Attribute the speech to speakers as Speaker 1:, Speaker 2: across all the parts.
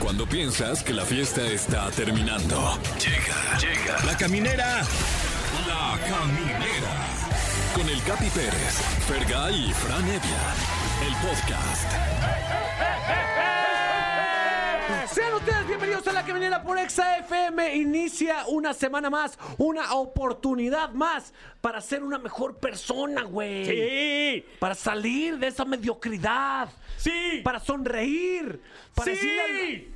Speaker 1: Cuando piensas que la fiesta está terminando. Llega, llega. La caminera. La caminera. Con el Capi Pérez, Fergay y Fran Evia. El podcast.
Speaker 2: Sean ustedes bienvenidos a La Caminera por Exa FM. Inicia una semana más, una oportunidad más para ser una mejor persona, güey.
Speaker 3: Sí,
Speaker 2: Para salir de esa mediocridad.
Speaker 3: sí,
Speaker 2: Para sonreír. Para
Speaker 3: sí.
Speaker 2: decirle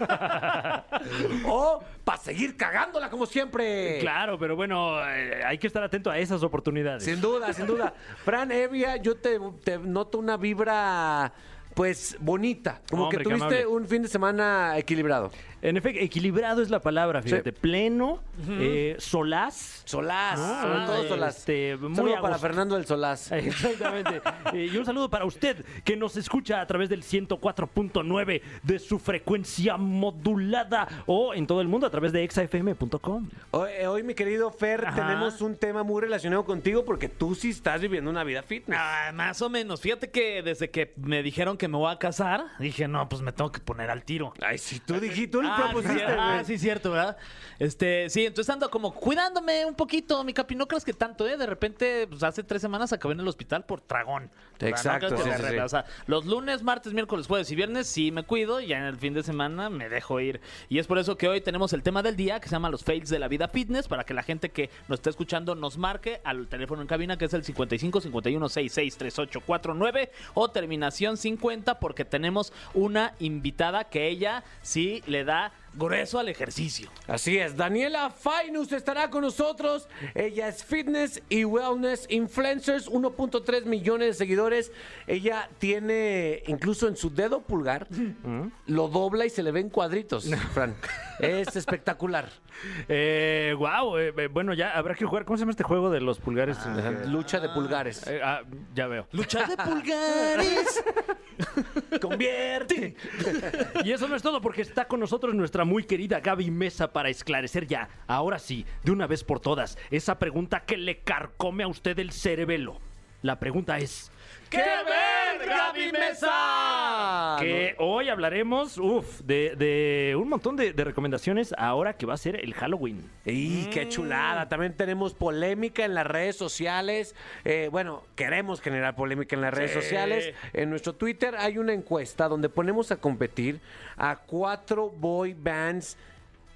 Speaker 2: al- O oh, para seguir cagándola como siempre.
Speaker 3: Claro, pero bueno, eh, hay que estar atento a esas oportunidades.
Speaker 2: Sin duda, sin duda. Fran Evia, yo te, te noto una vibra, pues, bonita. Como
Speaker 3: Hombre,
Speaker 2: que
Speaker 3: qué
Speaker 2: tuviste
Speaker 3: amable.
Speaker 2: un fin de semana equilibrado.
Speaker 3: En efecto, equilibrado es la palabra, fíjate. Pleno, eh, solaz.
Speaker 2: Solás,
Speaker 3: Ah,
Speaker 2: sobre todo
Speaker 3: eh,
Speaker 2: Solás.
Speaker 3: este,
Speaker 2: Un
Speaker 3: muy
Speaker 2: saludo
Speaker 3: a
Speaker 2: para
Speaker 3: gusto.
Speaker 2: Fernando del Solás.
Speaker 3: Exactamente. Eh, y un saludo para usted que nos escucha a través del 104.9 de su frecuencia modulada o en todo el mundo a través de exafm.com.
Speaker 2: Hoy, eh, hoy, mi querido Fer,
Speaker 3: Ajá.
Speaker 2: tenemos un tema muy relacionado contigo porque tú sí estás viviendo una vida fitness.
Speaker 4: Ah, más o menos. Fíjate que desde que me dijeron que me voy a casar, dije, no, pues me tengo que poner al tiro.
Speaker 2: Ay, sí, tú dijiste, tú lo
Speaker 4: Ah,
Speaker 2: propusiste,
Speaker 4: sí,
Speaker 2: güey.
Speaker 4: ah, sí, cierto, ¿verdad? Este, sí, entonces ando como cuidándome un poquito, mi capi. No creas que tanto, ¿eh? De repente, pues hace tres semanas acabé en el hospital por tragón. O sea, no
Speaker 2: Exacto,
Speaker 4: creas que
Speaker 2: sí,
Speaker 4: me
Speaker 2: sí,
Speaker 4: arregla.
Speaker 2: sí.
Speaker 4: O sea, los lunes, martes, miércoles, jueves y viernes sí me cuido y ya en el fin de semana me dejo ir. Y es por eso que hoy tenemos el tema del día que se llama los fails de la vida fitness para que la gente que nos está escuchando nos marque al teléfono en cabina que es el 55 51 66 38 49 o terminación 50 porque tenemos una invitada que ella sí le da grueso al ejercicio.
Speaker 2: Así es, Daniela Fainus estará con nosotros. Ella es fitness y wellness influencers, 1.3 millones de seguidores. Ella tiene incluso en su dedo pulgar,
Speaker 4: Mm.
Speaker 2: lo dobla y se le ven cuadritos, Fran. Es espectacular.
Speaker 3: Eh, wow, bueno, ya habrá que jugar. ¿Cómo se llama este juego de los pulgares? Ah,
Speaker 2: Lucha de pulgares.
Speaker 3: Eh, ah, ya veo.
Speaker 4: Lucha de pulgares.
Speaker 2: Convierte.
Speaker 3: Y eso no es todo, porque está con nosotros nuestra muy querida Gaby Mesa para esclarecer ya, ahora sí, de una vez por todas, esa pregunta que le carcome a usted el cerebelo. La pregunta es,
Speaker 2: ¡Qué ver, Gaby Mesa!
Speaker 3: que hoy hablaremos, uff, de, de un montón de, de recomendaciones ahora que va a ser el Halloween.
Speaker 2: Y qué
Speaker 4: Mm.
Speaker 2: chulada. También tenemos polémica en las redes sociales. Eh, bueno, queremos generar polémica en las redes sociales. En nuestro Twitter hay una encuesta donde ponemos a competir a cuatro boy bands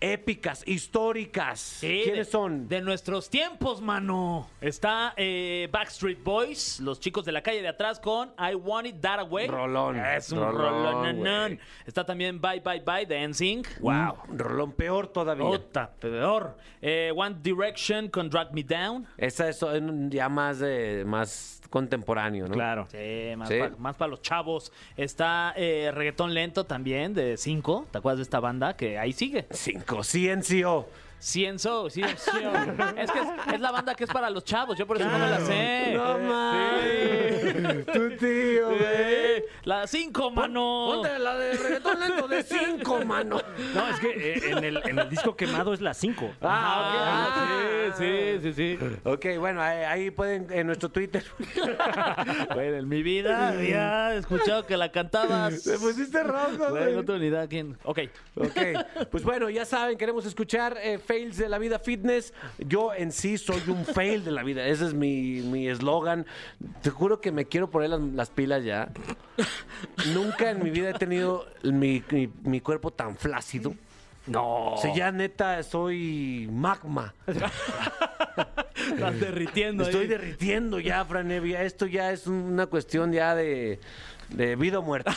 Speaker 2: épicas, históricas.
Speaker 4: Sí,
Speaker 2: ¿Quiénes
Speaker 4: de-
Speaker 2: son?
Speaker 4: De nuestros tiempos, mano. Está eh, Backstreet Boys, los chicos de la calle de atrás con I Want It That Way.
Speaker 2: Rolón.
Speaker 4: Es un
Speaker 2: Rolón,
Speaker 4: rolón.
Speaker 2: güey.
Speaker 4: Está también Bye Bye Bye de NSYNC.
Speaker 2: Wow. Mm, Rolón peor todavía.
Speaker 4: Otra, peor. Eh, One Direction con Drag Me Down.
Speaker 2: Esa es eh, ya más, de, más contemporáneo, ¿no?
Speaker 4: Sí, más
Speaker 2: Sí.
Speaker 4: para los chavos. Está eh, Reggaetón Lento también de 5. ¿Te acuerdas de esta banda? Que ahí sigue.
Speaker 2: Cinco, Ciencio.
Speaker 4: Cienzo, Cienzo. es que es, es la banda que es para los chavos. Yo por eso no me la sé.
Speaker 2: No mames. Tu tío, güey.
Speaker 4: Eh, La 5, mano.
Speaker 2: Ponte la de reggaetón lento de cinco, mano.
Speaker 3: No, es que eh, en, el, en el disco quemado es la 5.
Speaker 2: Ah, ok.
Speaker 4: sí, sí, sí, sí.
Speaker 2: Ok, bueno, ahí, ahí pueden en nuestro Twitter.
Speaker 4: Bueno, en mi vida había escuchado que la cantabas.
Speaker 2: Te pusiste rojo,
Speaker 4: Güey, no
Speaker 2: güey.
Speaker 4: tengo ni idea quién. Ok.
Speaker 2: Ok, pues bueno, ya saben, queremos escuchar eh, fails de la vida fitness. Yo en sí soy un fail de la vida, ese es mi mi eslogan. Te juro que me quiero poner las, las pilas ya. Nunca en mi vida he tenido mi, mi- mi cuerpo tan flácido.
Speaker 3: No.
Speaker 2: O sea, ya neta soy magma.
Speaker 4: Estás derritiendo.
Speaker 2: Estoy
Speaker 4: ahí.
Speaker 2: derritiendo ya, Franevia. Esto ya es una cuestión ya de, de vida o muerte.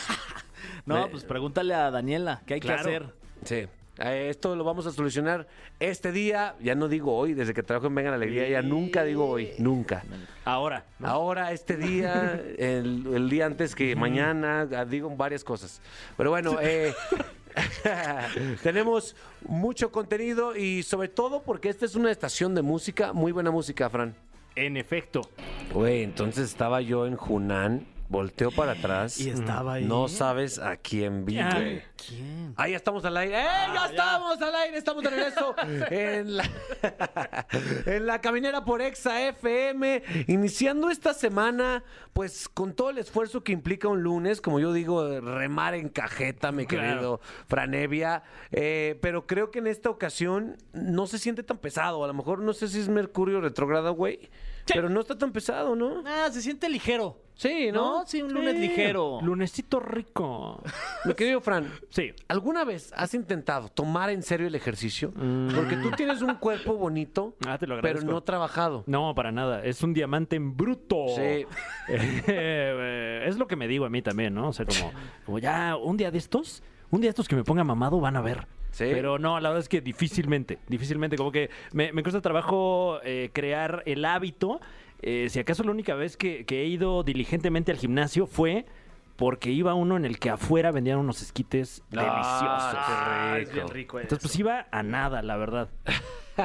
Speaker 4: No, pues pregúntale a Daniela qué hay
Speaker 3: Claro.
Speaker 4: que hacer.
Speaker 2: Sí. Eh, Esto lo vamos a solucionar este día. Ya no digo hoy, desde que trabajo en Venga la Alegría, ya nunca digo hoy, nunca.
Speaker 3: Ahora.
Speaker 2: Ahora, este día, el, el día antes que mañana, ah, digo varias cosas. Pero bueno, eh, tenemos mucho contenido y sobre todo porque esta es una estación de música, muy buena música, Fran.
Speaker 3: En efecto.
Speaker 2: Güey, entonces estaba yo en Junán Volteo para atrás.
Speaker 4: Y estaba ahí.
Speaker 2: No sabes a quién vi,
Speaker 4: Ay,
Speaker 2: güey.
Speaker 4: ¿Quién?
Speaker 2: Ahí estamos al aire. ¡Eh, ya, estamos al aire! Estamos de regreso en la, en la caminera por Exa FM. Iniciando esta semana, pues con todo el esfuerzo que implica un lunes, como yo digo, remar en cajeta, mi
Speaker 4: Claro.
Speaker 2: querido Franevia. Eh, pero creo que en esta ocasión no se siente tan pesado. A lo mejor no sé si es Mercurio retrógrado, güey. Pero no está tan pesado, ¿no?
Speaker 4: Ah, se siente ligero.
Speaker 2: Sí, ¿no?
Speaker 4: Sí, un lunes ligero.
Speaker 3: Lunesito rico.
Speaker 2: Mi querido Fran,
Speaker 3: Sí.
Speaker 2: ¿alguna vez has intentado tomar en serio el ejercicio? Porque tú tienes un cuerpo bonito,
Speaker 3: Mm. Ah, te lo
Speaker 2: pero
Speaker 3: agradezco.
Speaker 2: no trabajado.
Speaker 3: No, para nada. Es un diamante en bruto.
Speaker 2: Sí.
Speaker 3: Eh, eh, es lo que me digo a mí también, ¿no? O sea, como, como ya un día de estos, un día de estos que me ponga mamado van a ver.
Speaker 2: Sí.
Speaker 3: Pero no, la verdad es que difícilmente, difícilmente, como que me, me cuesta trabajo eh, crear el hábito. Eh, si acaso la única vez que, que he ido diligentemente al gimnasio fue porque iba uno en el que afuera vendían unos esquites deliciosos.
Speaker 2: Ah,
Speaker 4: Ah,
Speaker 2: qué
Speaker 4: es bien rico
Speaker 3: Entonces,
Speaker 4: eso.
Speaker 3: pues iba a nada, la verdad.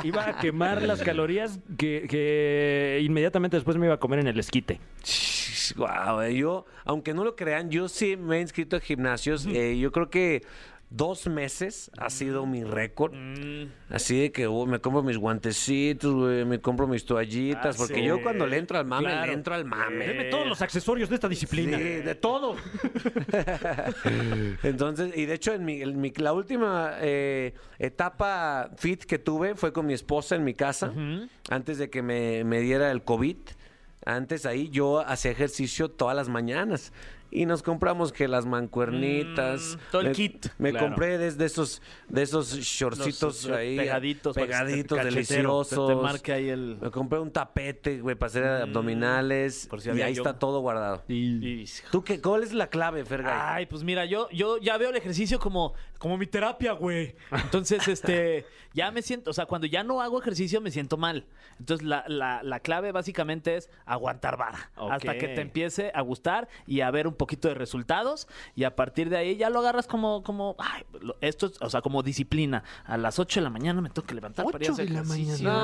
Speaker 3: Iba a quemar las calorías que, que inmediatamente después me iba a comer en el esquite.
Speaker 2: Guau, eh, yo, aunque no lo crean, yo sí me he inscrito a gimnasios. Eh, yo creo que dos meses ha sido mi récord. Así de que uy, me compro mis guantecitos, güey, me compro mis toallitas,
Speaker 4: Ah,
Speaker 2: Pues, porque
Speaker 4: sí.
Speaker 2: yo cuando le entro al mame,
Speaker 4: Claro.
Speaker 2: le entro al mame.
Speaker 3: Deme todos los accesorios de esta disciplina.
Speaker 2: Sí, de todo. Entonces, y de hecho, en mi, en mi- la última eh, etapa fit que tuve fue con mi esposa en mi casa, antes de que me, me diera el COVID. Antes ahí yo hacía ejercicio todas las mañanas. Y nos compramos que las mancuernitas.
Speaker 4: Mm, todo el
Speaker 2: me,
Speaker 4: kit.
Speaker 2: Me
Speaker 3: Claro.
Speaker 2: compré desde esos, de esos shortcitos
Speaker 4: Los, eh,
Speaker 2: ahí.
Speaker 4: pegaditos para que se te-
Speaker 2: Pegaditos,
Speaker 4: cachetero, se te
Speaker 2: deliciosos.
Speaker 4: marque ahí el- Mm,
Speaker 2: Me compré un tapete, güey, para hacer abdominales.
Speaker 4: por si
Speaker 2: y
Speaker 4: había
Speaker 2: ahí
Speaker 4: yo.
Speaker 2: está todo guardado.
Speaker 4: Y-
Speaker 2: ¿Tú qué, ¿Cuál es la clave, Fergay?
Speaker 4: Ay, pues mira, yo, yo ya veo el ejercicio como, como mi terapia, güey. Entonces, este, ya me siento, o sea, cuando ya no hago ejercicio me siento mal. Entonces, la, la- la clave básicamente es aguantar vara.
Speaker 3: Ok.
Speaker 4: Hasta que te empiece a gustar y a ver un poquito de resultados. Y a partir de ahí ya lo agarras como, como, ay, lo- esto es, o sea, como disciplina. A las 8 de la mañana me tengo que levantar para ir
Speaker 3: ¿Ocho
Speaker 4: a hacer
Speaker 3: de la
Speaker 4: ejercicio.
Speaker 2: No,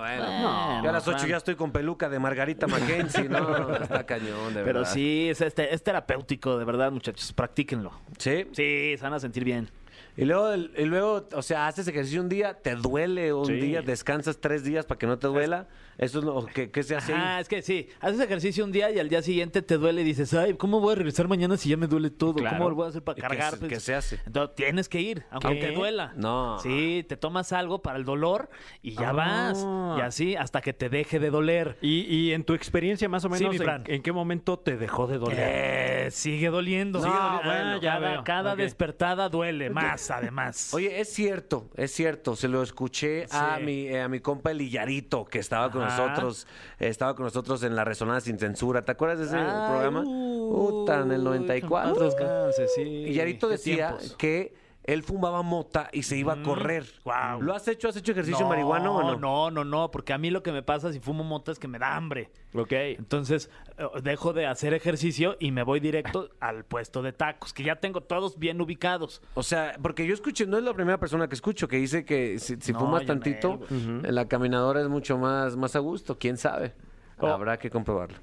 Speaker 2: bueno.
Speaker 4: Bueno,
Speaker 2: yo a las 8
Speaker 4: Fran.
Speaker 2: ya estoy con peluca de Margarita Mackenzie, ¿no? Está cañón, de
Speaker 4: Pero
Speaker 2: verdad.
Speaker 4: sí, es, este, es terapéutico, de verdad, muchachos. Practíquenlo.
Speaker 2: Sí.
Speaker 4: Sí, se van a sentir bien.
Speaker 2: Y luego, el- y luego, o sea, haces ejercicio un día, te duele un
Speaker 3: Sí.
Speaker 2: día, descansas tres días para que no te duela. Eso es lo que, que se hace
Speaker 4: Ah,
Speaker 2: ahí.
Speaker 4: es que sí, haces ejercicio un día y al día siguiente te duele y dices, ay, ¿cómo voy a regresar mañana si ya me duele todo?
Speaker 3: Claro.
Speaker 4: ¿Cómo lo voy a hacer para
Speaker 2: ¿Y qué
Speaker 4: cargar?
Speaker 2: se- qué se hace?
Speaker 4: Entonces tienes que ir, aunque
Speaker 3: ¿Qué?
Speaker 4: te duela.
Speaker 2: No.
Speaker 4: Sí, te tomas algo para el dolor y ya
Speaker 3: Ah.
Speaker 4: vas. Y así hasta que te deje de doler.
Speaker 3: Y, y en tu experiencia, más o
Speaker 4: Sí,
Speaker 3: menos,
Speaker 4: mi
Speaker 3: en,
Speaker 4: Fran.
Speaker 3: en qué momento te dejó de doler?
Speaker 4: Eh, sigue doliendo.
Speaker 2: No,
Speaker 4: Sigue doliendo.
Speaker 3: bueno,
Speaker 4: Ah,
Speaker 3: ya
Speaker 4: cada,
Speaker 3: veo.
Speaker 4: cada
Speaker 3: Ok.
Speaker 4: despertada duele más, además.
Speaker 2: Oye, es cierto, es cierto. Se lo escuché a
Speaker 4: Sí.
Speaker 2: mi eh, a mi compa el Illarito, que estaba con
Speaker 4: Ajá.
Speaker 2: nosotros, eh, estaba con nosotros en la Resonancia sin censura. ¿Te acuerdas de ese
Speaker 4: Ay, uh,
Speaker 2: programa?
Speaker 4: uy,
Speaker 2: Puta, en el 94.
Speaker 4: en paz descanse, sí.
Speaker 2: Y Yarito
Speaker 4: Qué
Speaker 2: decía
Speaker 4: tiempos. Mm.
Speaker 2: que él fumaba mota y se iba a correr.
Speaker 4: guau.
Speaker 2: ¿Lo has hecho? ¿Has hecho ejercicio marihuano o no?
Speaker 4: No, no, no, porque a mí lo que me pasa si fumo mota es que me da hambre.
Speaker 3: Ok.
Speaker 4: Entonces eh, dejo de hacer ejercicio y me voy directo al puesto de tacos, que ya tengo todos bien ubicados.
Speaker 2: O sea, porque yo escuché, no es la primera persona que escucho que dice que si, si
Speaker 4: No,
Speaker 2: fumas
Speaker 4: Yonel,
Speaker 2: tantito, la caminadora es mucho más, más a gusto. ¿Quién sabe?
Speaker 4: Oh.
Speaker 2: Habrá que comprobarlo.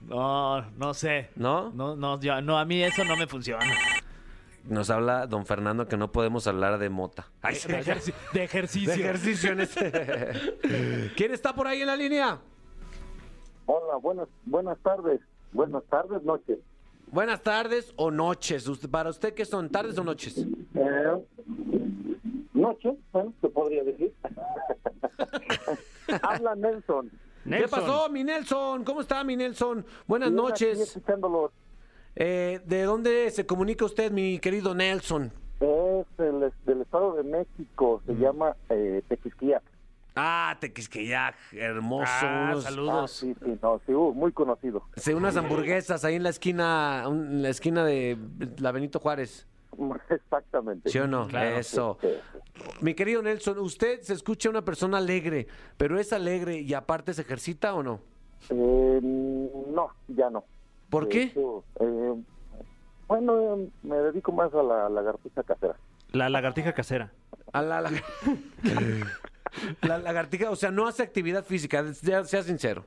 Speaker 4: No, no sé.
Speaker 2: ¿No?
Speaker 4: No, no, yo- no, a mí eso no me funciona.
Speaker 2: Nos habla don Fernando que no podemos hablar de mota. Ay, sí.
Speaker 4: De, ejerci- de ejercicio.
Speaker 2: De ejercicio en este- ¿Quién está por ahí en la línea?
Speaker 5: Hola, buenas, buenas tardes. Buenas tardes, noches.
Speaker 2: Buenas tardes o noches. Usted- ¿Para usted qué son? ¿Tardes o noches?
Speaker 5: Eh, noche, bueno, se podría decir. Habla Nelson.
Speaker 2: ¿Qué pasó, mi Nelson? ¿Cómo está, mi Nelson? Buenas
Speaker 5: Bien, aquí
Speaker 2: noches.
Speaker 5: escuchándolos.
Speaker 2: Eh, ¿De dónde se comunica usted, mi querido Nelson?
Speaker 5: Es el- del Estado de México,
Speaker 2: Mm.
Speaker 5: se llama eh, Tequisquiac.
Speaker 2: Ah, Tequisqueyac, hermoso.
Speaker 4: Ah,
Speaker 2: unos-
Speaker 5: Ah,
Speaker 4: saludos.
Speaker 5: sí, sí, no, sí, uh, muy conocido.
Speaker 2: sí, unas hamburguesas ahí en la esquina, un- en la esquina de la Benito Juárez.
Speaker 5: Exactamente.
Speaker 2: ¿Sí
Speaker 5: Este,
Speaker 2: o no? Eso. Mi querido Nelson, usted se escucha una persona alegre, pero es alegre y aparte se ejercita o no?
Speaker 5: Eh, no, ya no.
Speaker 2: ¿Por
Speaker 5: De
Speaker 2: qué?
Speaker 5: hecho, eh, bueno, eh, me dedico más a la lagartija casera.
Speaker 3: La lagartija casera.
Speaker 2: A la, la- la lagartija, o sea, no hace actividad física, sea, sea sincero.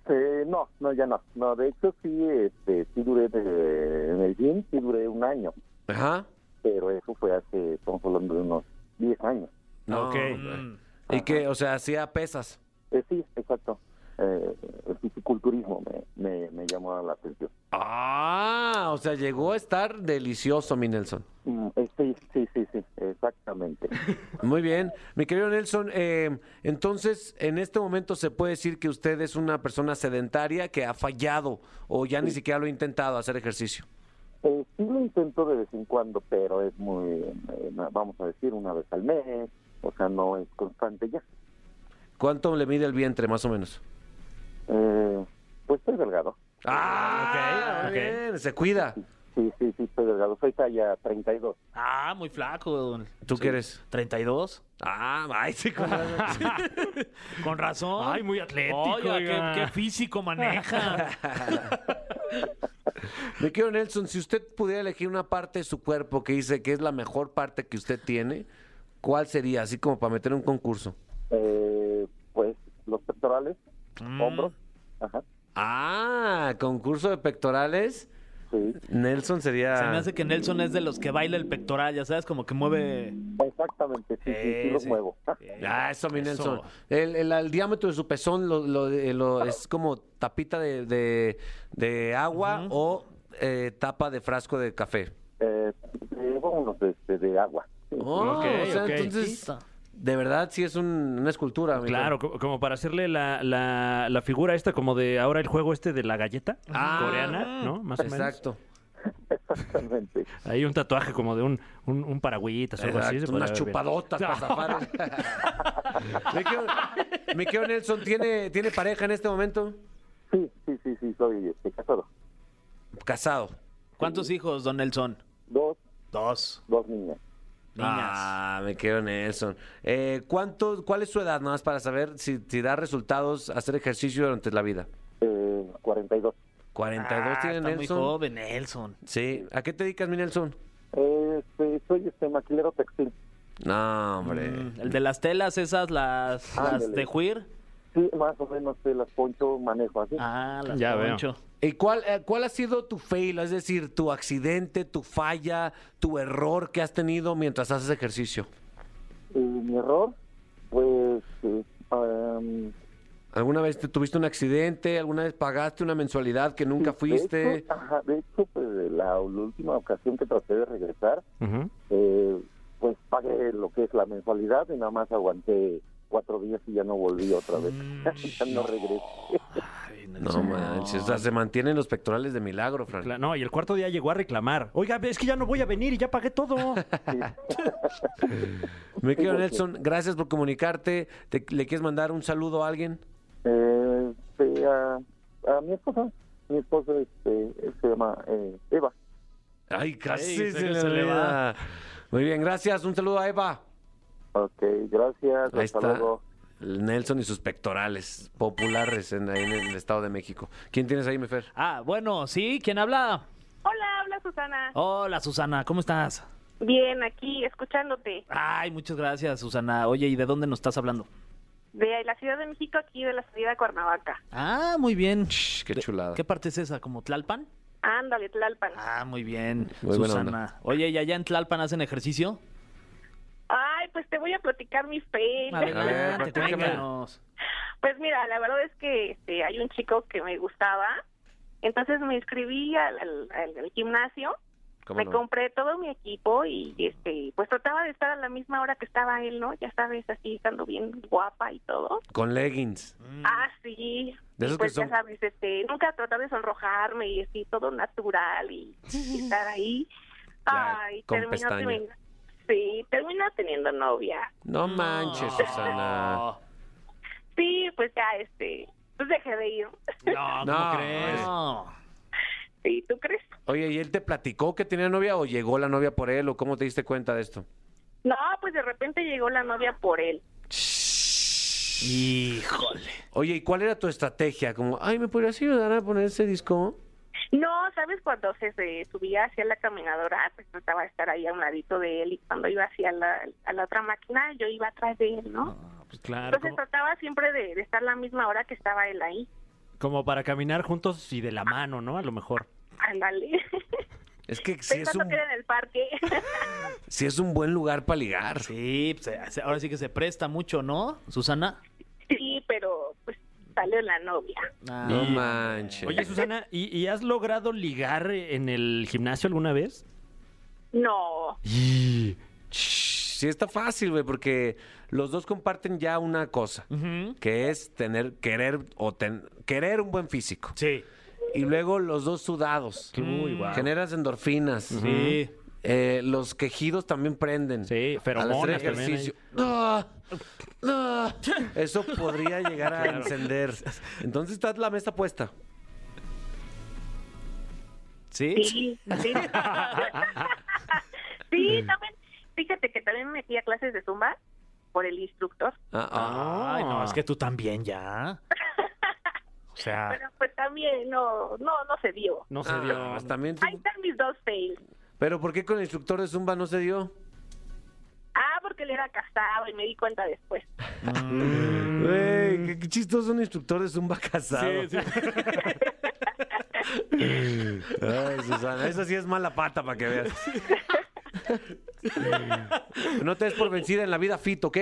Speaker 5: Este, no, no, ya no. No, de hecho sí, este, sí duré de- en el gym, sí duré un año,
Speaker 2: Ajá.
Speaker 5: pero eso fue hace, estamos hablando de unos 10 años.
Speaker 2: No,
Speaker 3: Ok.
Speaker 2: hombre. Y que, o sea, hacía pesas.
Speaker 5: Eh, sí, exacto. Eh, el fisiculturismo me, me, me llamó la atención.
Speaker 2: Ah, o sea, llegó a estar delicioso, mi Nelson.
Speaker 5: Mm, eh, sí, sí, sí, sí, exactamente.
Speaker 2: Muy bien. Mi querido Nelson, eh, entonces, en este momento se puede decir que usted es una persona sedentaria que ha fallado o ya ni siquiera lo ha intentado hacer ejercicio.
Speaker 5: Eh, sí lo intento de vez en cuando, pero es muy, eh, na- vamos a decir, una vez al mes, o sea, no es constante ya.
Speaker 2: ¿Cuánto le mide el vientre, más o menos?
Speaker 5: Eh, pues estoy delgado.
Speaker 2: Ah,
Speaker 4: ok,
Speaker 2: muy
Speaker 4: ok.
Speaker 2: bien, se cuida.
Speaker 5: Sí, sí, sí, estoy delgado. Soy talla 32.
Speaker 4: Ah, muy flaco. don-
Speaker 2: ¿Tú qué eres?
Speaker 4: 32.
Speaker 2: Ah, ay, sí, como-
Speaker 4: Con razón.
Speaker 3: Ay, muy atlético,
Speaker 4: Oiga,
Speaker 3: oiga.
Speaker 4: qué, qué físico maneja.
Speaker 2: Mi querido Nelson, si usted pudiera elegir una parte de su cuerpo que dice que es la mejor parte que usted tiene, ¿cuál sería? Así como para meter un concurso.
Speaker 5: Eh, pues los pectorales,
Speaker 4: Mm.
Speaker 5: hombros. Ajá,
Speaker 2: Ah, concurso de pectorales.
Speaker 5: sí.
Speaker 2: Nelson sería.
Speaker 4: Se me hace que Nelson es de los que baila el pectoral, ya sabes, como que mueve.
Speaker 5: Exactamente, sí, sí, sí,
Speaker 4: Eh,
Speaker 5: los
Speaker 4: sí.
Speaker 5: muevo.
Speaker 2: Ah, eso, mi
Speaker 4: Eso.
Speaker 2: Nelson. El, el- el diámetro de su pezón lo, lo- eh, lo- es como tapita de, de- de agua o eh, tapa de frasco de café.
Speaker 5: Eh, eh, vámonos de, de- de agua. Sí.
Speaker 2: Oh,
Speaker 3: Ok,
Speaker 2: o sea,
Speaker 3: ok.
Speaker 2: entonces, de verdad sí es un- una escultura. mi
Speaker 3: Claro, co- como para hacerle la, la, la figura esta, como de ahora el juego este de la galleta
Speaker 2: Ah,
Speaker 3: coreana, ¿no? Más o menos.
Speaker 2: Exacto.
Speaker 5: Exactamente.
Speaker 3: Hay un tatuaje como de un, un, un paragüitas
Speaker 2: Pues
Speaker 3: o algo así. se
Speaker 2: Exacto,
Speaker 3: podría
Speaker 2: unas
Speaker 3: ver bien.
Speaker 2: chupadotas para zafar. mi, querido, mi querido Nelson, ¿tiene, ¿tiene pareja en este momento?
Speaker 5: Sí, sí, sí, sí, soy este, casado.
Speaker 2: Casado.
Speaker 4: ¿Cuántos hijos, don Nelson?
Speaker 5: Dos,
Speaker 4: Dos.
Speaker 5: dos niñas.
Speaker 4: Niñas.
Speaker 2: Ah, me querido Nelson. Eh, ¿cuánto, ¿Cuál es su edad, nada más para saber si, si da resultados hacer ejercicio durante la vida?
Speaker 5: Eh, 42.
Speaker 2: 42
Speaker 4: Ah,
Speaker 2: tiene
Speaker 4: está muy
Speaker 2: Nelson.
Speaker 4: joven, Nelson.
Speaker 2: Sí. ¿A qué te dedicas, mi Nelson?
Speaker 5: Este, soy este maquilero textil.
Speaker 2: No, hombre.
Speaker 4: Mm, El de las telas, esas, las,
Speaker 2: Ah,
Speaker 5: Ándale.
Speaker 4: las de Juir.
Speaker 5: Sí, más o menos se las poncho, manejo así.
Speaker 4: Ah, las
Speaker 3: Ya veo.
Speaker 4: Poncho.
Speaker 2: ¿Y cuál, eh, cuál ha sido tu fail? Es decir, tu accidente, tu falla, tu error que has tenido mientras haces ejercicio.
Speaker 5: Y mi error, pues, eh, am,
Speaker 2: ¿Alguna vez te tuviste un accidente? ¿Alguna vez pagaste una mensualidad que nunca
Speaker 5: De
Speaker 2: fuiste?
Speaker 5: hecho, ajá, de hecho, pues, la, la última ocasión que traté de regresar,
Speaker 3: Ujú.
Speaker 5: eh, pues pagué lo que es la mensualidad y nada más aguanté cuatro días y ya no volví otra vez.
Speaker 2: Mm,
Speaker 5: ya no regresé.
Speaker 4: Ay,
Speaker 2: No
Speaker 4: Nelson,
Speaker 2: manches, o sea, se mantienen los pectorales de milagro, Fran.
Speaker 3: Cla- No, y el cuarto día llegó a reclamar. Oiga, es que ya no voy a venir y ya pagué todo.
Speaker 2: Mi querido
Speaker 5: Sí, porque-
Speaker 2: Nelson, gracias por comunicarte. Te- ¿Le quieres mandar un saludo a alguien?
Speaker 5: Eh, este, a, a mi esposa, mi esposa este, se llama eh, Eva.
Speaker 2: Ay, casi
Speaker 4: Ey,
Speaker 2: se,
Speaker 4: sé que
Speaker 2: le
Speaker 4: se le
Speaker 2: olvida. Muy bien, gracias. Un saludo a Eva.
Speaker 5: Ok, gracias.
Speaker 2: Ahí
Speaker 5: hasta
Speaker 2: está.
Speaker 5: luego.
Speaker 2: El Nelson y sus pectorales populares en, ahí en el Estado de México. ¿Quién tienes ahí, Mefer?
Speaker 4: Ah, bueno, sí, ¿quién habla?
Speaker 6: Hola, habla Susana.
Speaker 4: Hola, Susana, ¿cómo estás?
Speaker 6: Bien, aquí escuchándote
Speaker 4: Ay, muchas gracias, Susana. Oye, ¿y de dónde nos estás hablando?
Speaker 6: de la Ciudad de México, aquí de la salida de Cuernavaca.
Speaker 4: Ah, muy bien.
Speaker 2: Qué
Speaker 4: ¿De-
Speaker 2: chulada.
Speaker 4: ¿Qué parte es esa? ¿Como Tlalpan?
Speaker 6: Ándale, Tlalpan.
Speaker 4: Ah, muy bien,
Speaker 2: Muy buena
Speaker 4: Susana. Oye, ¿y allá en Tlalpan hacen ejercicio?
Speaker 6: Ay, pues te voy a platicar mi fe.
Speaker 2: A ver,
Speaker 4: Adelante,
Speaker 2: platícame.
Speaker 4: cuéntanos.
Speaker 6: Pues mira, la verdad es que este, hay un chico que me gustaba, entonces me inscribí al, al- al- al gimnasio,
Speaker 2: ¿Cómo
Speaker 6: me
Speaker 2: no?
Speaker 6: compré todo mi equipo y este, pues trataba de estar a la misma hora que estaba él, ¿no? Ya sabes, así estando bien guapa y todo.
Speaker 2: Con leggings.
Speaker 6: Ah, sí.
Speaker 2: De
Speaker 6: Y
Speaker 2: esos que
Speaker 6: pues
Speaker 2: son-
Speaker 6: ya sabes, este, nunca tratar de sonrojarme y así todo natural y, y estar ahí.
Speaker 2: Ya,
Speaker 6: Ay,
Speaker 2: con
Speaker 6: terminó,
Speaker 2: pestaña.
Speaker 6: teniendo- sí, terminó teniendo novia.
Speaker 2: No manches, Susana.
Speaker 6: Sí, pues ya, este, pues dejé de ir.
Speaker 4: No,
Speaker 2: No,
Speaker 4: ¿cómo crees?
Speaker 2: es-
Speaker 4: No.
Speaker 6: Sí, ¿tú crees?
Speaker 2: Oye, ¿y él te platicó que tenía novia o llegó la novia por él o cómo te diste cuenta de esto?
Speaker 6: No, pues de repente llegó la novia por él.
Speaker 4: Híjole.
Speaker 2: Oye, ¿y cuál era tu estrategia? Como, ay, ¿me podrías ayudar a poner ese disco?
Speaker 6: No, ¿sabes? Cuando se, se subía hacia la caminadora, pues trataba de estar ahí a un ladito de él y cuando iba hacia la, a la otra máquina, yo iba atrás de él, ¿no?
Speaker 2: Ah,
Speaker 3: Pues claro.
Speaker 6: Entonces trataba siempre de, de estar la misma hora que estaba él ahí.
Speaker 3: Como para caminar juntos y de la mano, ¿no? A lo mejor.
Speaker 6: Ándale.
Speaker 2: Es que si es,
Speaker 6: Pensando
Speaker 2: un,
Speaker 6: que era en el parque.
Speaker 2: si es un buen lugar para ligar.
Speaker 4: Sí, pues, eh, ahora sí que se presta mucho, ¿no, Susana?
Speaker 6: sí, pero pues salió la novia.
Speaker 4: Ah.
Speaker 2: No manches.
Speaker 3: Oye, Susana, ¿y, y has logrado ligar en el gimnasio alguna vez?
Speaker 6: No,
Speaker 3: Y...
Speaker 2: Shh, Sí está fácil, güey, porque los dos comparten ya una cosa,
Speaker 3: Mm.
Speaker 4: Ujú.
Speaker 2: que es tener, querer o ten- querer un buen físico.
Speaker 3: Sí.
Speaker 2: Y luego los dos sudados.
Speaker 3: Uy, guau.
Speaker 2: Generas endorfinas.
Speaker 4: Sí.
Speaker 2: Eh, los quejidos también prenden.
Speaker 3: Sí,
Speaker 2: Al
Speaker 3: feromonas
Speaker 2: hacer
Speaker 3: también hay.
Speaker 2: ejercicio. ¡Ah! ¡Ah! Eso podría llegar a encender. Entonces está la mesa puesta.
Speaker 4: Sí.
Speaker 6: sí, sí. sí, también. Fíjate que también me metí a clases de zumba por el instructor.
Speaker 2: Ah, ah.
Speaker 4: Ay, no, es que tú también ya. O
Speaker 2: Ah.
Speaker 4: sea,
Speaker 6: Pero pues también no, no, no se dio.
Speaker 3: No se dio.
Speaker 2: Ah, también tú-
Speaker 6: Ahí están mis dos fails.
Speaker 2: Pero ¿por qué con el instructor de Zumba no se dio?
Speaker 6: Ah, porque él era casado y me di cuenta después.
Speaker 3: Mm.
Speaker 2: Güey, qué, qué chistoso un instructor de Zumba casado. Ay, Susana, esa sí es mala pata para que veas. No te des por vencida en la vida fit, ¿ok?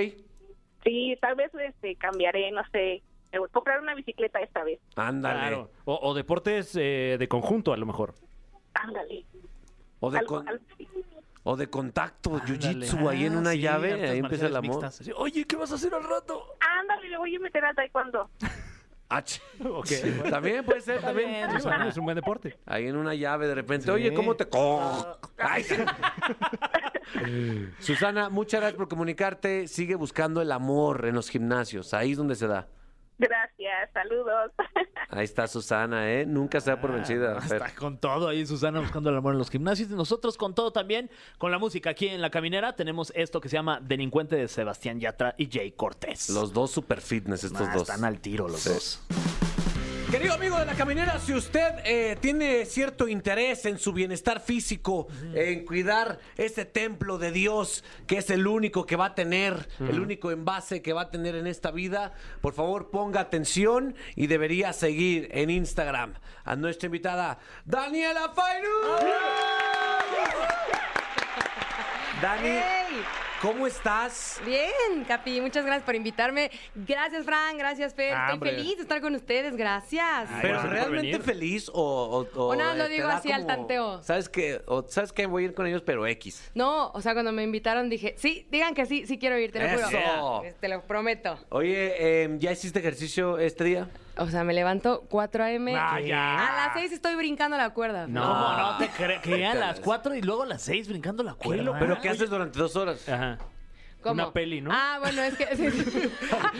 Speaker 6: Sí, tal vez este, cambiaré, no sé, me voy a comprar una bicicleta esta vez.
Speaker 2: Ándale.
Speaker 3: Claro. O, o deportes eh, de conjunto, a lo mejor.
Speaker 6: Ándale.
Speaker 2: O de,
Speaker 6: Algo-
Speaker 2: con-
Speaker 6: algo así.
Speaker 2: o de contacto, jiu-jitsu,
Speaker 4: Ándale.
Speaker 2: ahí en una
Speaker 4: Ah, sí,
Speaker 2: llave,
Speaker 4: artes
Speaker 2: ahí empieza el
Speaker 4: marciales
Speaker 2: amor.
Speaker 4: mixtas. Sí, Oye, ¿qué vas a hacer al rato?
Speaker 6: Ándale, le voy a meter a taekwondo.
Speaker 2: Ah, ch-
Speaker 3: Ok.
Speaker 2: También puede ser, también.
Speaker 3: Sí, bueno, es un buen deporte.
Speaker 2: Ahí en una llave de repente, oye, ¿cómo te... co- Ay, sí. Susana, muchas gracias por comunicarte. Sigue buscando el amor en los gimnasios, ahí es donde se da.
Speaker 6: Gracias, saludos.
Speaker 2: Ahí está Susana, ¿eh? Nunca se da por vencida. Fer.
Speaker 4: Ah, Está con todo ahí Susana buscando el amor en los gimnasios. Y nosotros con todo también, con la música aquí en La Caminera, tenemos esto que se llama Delincuente de Sebastián Yatra y Jay Cortés.
Speaker 2: Los dos super fitness, estos
Speaker 4: Ah,
Speaker 2: dos.
Speaker 4: Están al tiro los dos.
Speaker 2: Querido amigo de la caminera, si usted eh, tiene cierto interés en su bienestar físico, en cuidar ese templo de Dios, que es el único que va a tener, el único envase que va a tener en esta vida, por favor ponga atención y debería seguir en Instagram a nuestra invitada, Daniela Fairú. Dani,
Speaker 7: ¡Ey!
Speaker 2: ¿cómo estás?
Speaker 7: Bien, Capi, muchas gracias por invitarme. Gracias, Fran, gracias, Fer.
Speaker 4: Ah,
Speaker 7: Estoy
Speaker 4: hombre. Ah,
Speaker 7: feliz de estar con ustedes, gracias.
Speaker 3: Ay,
Speaker 2: ¿Pero
Speaker 3: gracias por
Speaker 2: realmente
Speaker 3: venir.
Speaker 2: feliz o, o,
Speaker 7: O nada, lo
Speaker 2: eh, te
Speaker 7: digo
Speaker 2: da
Speaker 7: así al tanteo.
Speaker 2: ¿Sabes qué? O, ¿Sabes qué? Voy a ir con ellos, pero X.
Speaker 7: No, o sea, cuando me invitaron dije, sí, digan que sí, sí quiero ir, te lo
Speaker 2: ¡Eso!
Speaker 7: juro. Este, Te lo prometo.
Speaker 2: Oye, em, ¿ya hiciste ejercicio este día?
Speaker 7: O sea, me levanto 4 a.m.
Speaker 4: Ah, Vaya.
Speaker 7: A las 6 estoy brincando la cuerda.
Speaker 3: No.
Speaker 4: ¿Cómo no te crees? Que a
Speaker 2: Te
Speaker 4: las
Speaker 2: ves.
Speaker 4: 4 y luego a las 6 brincando la cuerda.
Speaker 2: ¿Pero Ah. qué haces durante dos horas?
Speaker 3: Ajá.
Speaker 7: ¿Cómo?
Speaker 3: Una peli, ¿no?
Speaker 7: Ah, bueno, es que sí, sí.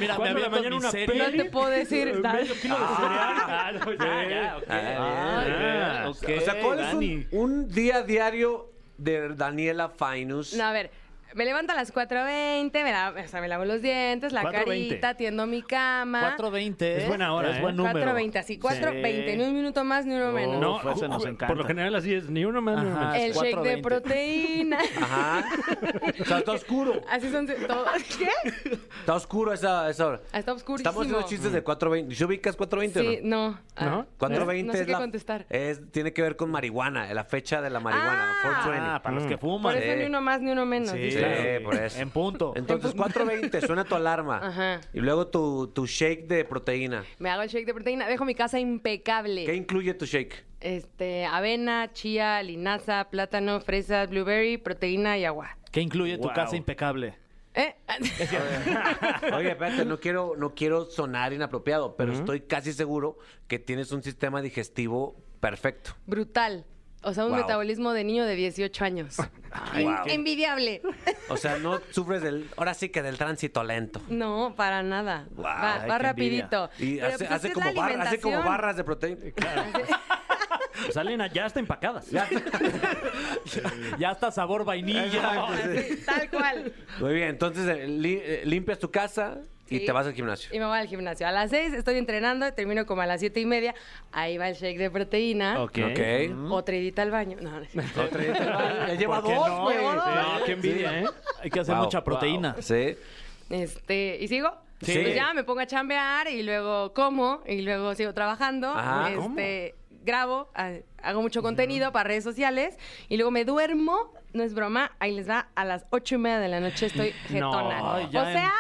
Speaker 4: Mira, me
Speaker 3: ¿Cuándo en la
Speaker 4: aviento
Speaker 3: mañana
Speaker 4: mi
Speaker 3: una
Speaker 4: serie.
Speaker 7: no te puedo decir.
Speaker 3: Medio kilo de cereal. Ah, no, ya, ya, ok.
Speaker 2: Ah, bien.
Speaker 3: Ah,
Speaker 4: ok.
Speaker 2: o sea, ¿cuál
Speaker 4: Dani.
Speaker 2: es un, un día diario de Daniela Fainus?
Speaker 7: No, a ver, me levanto a las 4.20, me, lavo- o sea, me lavo los dientes, la
Speaker 3: 4:20.
Speaker 7: carita, atiendo mi cama.
Speaker 4: 4.20.
Speaker 3: Es buena hora,
Speaker 4: Es
Speaker 3: ¿eh?
Speaker 4: buen número.
Speaker 7: 4.20, así, 4.20, ni un minuto más, ni uno menos.
Speaker 3: No,
Speaker 4: Uf, ese
Speaker 3: ju-
Speaker 4: nos
Speaker 3: ju-
Speaker 4: encanta.
Speaker 3: Por lo general así es, ni uno más, ni uno
Speaker 4: Ajá.
Speaker 3: menos.
Speaker 7: El shake
Speaker 4: 4:20.
Speaker 7: de proteína.
Speaker 2: Ajá. O sea, está oscuro.
Speaker 7: Así son se- todos. ¿Qué?
Speaker 2: Está oscuro a esa, a esa hora.
Speaker 7: Ah, Está oscurísimo.
Speaker 2: Estamos haciendo chistes de 4.20. ¿Se ubicas 4.20 o no?
Speaker 7: Sí, no. Ah,
Speaker 3: ¿No?
Speaker 2: 420
Speaker 7: No sé
Speaker 2: es
Speaker 7: qué
Speaker 2: la-
Speaker 7: contestar.
Speaker 2: es- tiene que ver con marihuana, la fecha de la marihuana,
Speaker 7: Ah.
Speaker 2: 420.
Speaker 4: Ah, para los que fuman.
Speaker 7: Por eso
Speaker 2: eh.
Speaker 7: ni uno más, ni uno menos.
Speaker 4: Sí,
Speaker 7: dice.
Speaker 2: claro. por eso.
Speaker 4: En punto.
Speaker 2: Entonces, 4.20, suena tu alarma.
Speaker 7: Ajá.
Speaker 2: Y luego tu, tu shake de proteína.
Speaker 7: Me hago el shake de proteína, dejo mi casa impecable.
Speaker 2: ¿Qué incluye tu shake?
Speaker 7: Este, avena, chía, linaza, plátano, fresas, blueberry, proteína y agua.
Speaker 4: ¿Qué incluye tu
Speaker 3: Wow.
Speaker 4: casa impecable?
Speaker 7: ¿Eh?
Speaker 2: Oye, espérate, no quiero, no quiero sonar inapropiado, pero estoy casi seguro que tienes un sistema digestivo perfecto.
Speaker 7: Brutal. O sea, un
Speaker 2: Wow.
Speaker 7: metabolismo de niño de 18 años.
Speaker 2: Ay,
Speaker 7: En-
Speaker 2: wow.
Speaker 7: Envidiable.
Speaker 2: O sea, no sufres del, ahora sí que del tránsito lento.
Speaker 7: No, para nada.
Speaker 2: Wow.
Speaker 7: va
Speaker 4: Ay,
Speaker 7: va
Speaker 4: qué envidia.
Speaker 7: rapidito.
Speaker 2: Y
Speaker 7: Pero,
Speaker 2: hace,
Speaker 7: pues,
Speaker 2: hace
Speaker 7: es que es
Speaker 2: como
Speaker 7: la
Speaker 2: barra- hace como
Speaker 7: alimentación.
Speaker 2: barras de proteína.
Speaker 3: Salen a- ya hasta empacadas.
Speaker 4: Ya hasta sabor vainilla.
Speaker 7: Así, tal cual.
Speaker 2: pues, Muy bien, entonces eh, li- eh, limpias tu casa y
Speaker 7: Sí.
Speaker 2: te vas al gimnasio.
Speaker 7: Y me voy al gimnasio. A las 6 estoy entrenando, termino como a las siete y media. Ahí va el shake de proteína.
Speaker 3: Ok.
Speaker 2: Ok.
Speaker 7: Otra edita al baño. No, no.
Speaker 2: Otra- ya lleva
Speaker 4: ¿Por qué
Speaker 2: dos,
Speaker 4: no?
Speaker 2: güey.
Speaker 7: Llevo dos.
Speaker 3: No, qué envidia, ¿eh?
Speaker 4: Hay que hacer
Speaker 2: Wow,
Speaker 4: mucha proteína.
Speaker 2: wow. Sí.
Speaker 7: Este, y sigo
Speaker 2: Sí.
Speaker 7: Pues ya me pongo a chambear y luego como y luego sigo trabajando.
Speaker 2: Ah,
Speaker 7: este, grabo, ah, hago mucho contenido para redes sociales y luego me duermo, no es broma, ahí les va a las ocho y media de la noche estoy jetona.
Speaker 4: ay,
Speaker 7: o
Speaker 4: ya en-
Speaker 7: sea,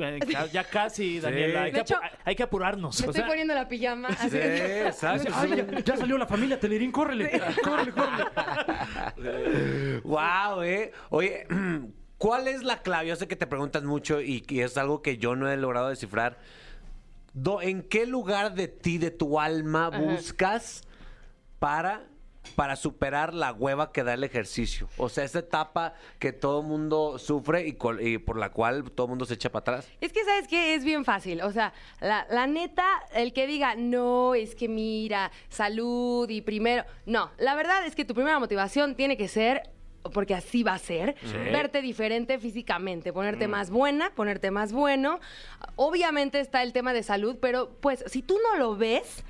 Speaker 4: Eh, ca- Ya casi, Daniela. Hay, que
Speaker 7: De hecho,
Speaker 4: apu- hay que apurarnos.
Speaker 7: me
Speaker 4: o
Speaker 7: estoy
Speaker 4: sea,
Speaker 7: poniendo la pijama. así.
Speaker 2: Sí, exacto.
Speaker 3: Ay, ya, ya salió la familia Telerín, córrele, córrele, córrele.
Speaker 2: Wow, eh. Oye, ¿cuál es la clave? Yo sé que te preguntas mucho y, y es algo que yo no he logrado descifrar. Do- ¿En qué lugar de ti, de tu alma, buscas para, para superar la hueva que da el ejercicio? O sea, esa etapa que todo mundo sufre y, col- y por la cual todo mundo se echa para atrás.
Speaker 7: Es que sabes que es bien fácil, o sea, la, la neta, el que diga, no, es que mira, salud y primero, no, la verdad es que tu primera motivación tiene que ser, porque así va a ser, verte diferente físicamente, ponerte
Speaker 2: Mm.
Speaker 7: más buena, ponerte más bueno. Obviamente está el tema de salud, pero pues si tú no lo ves,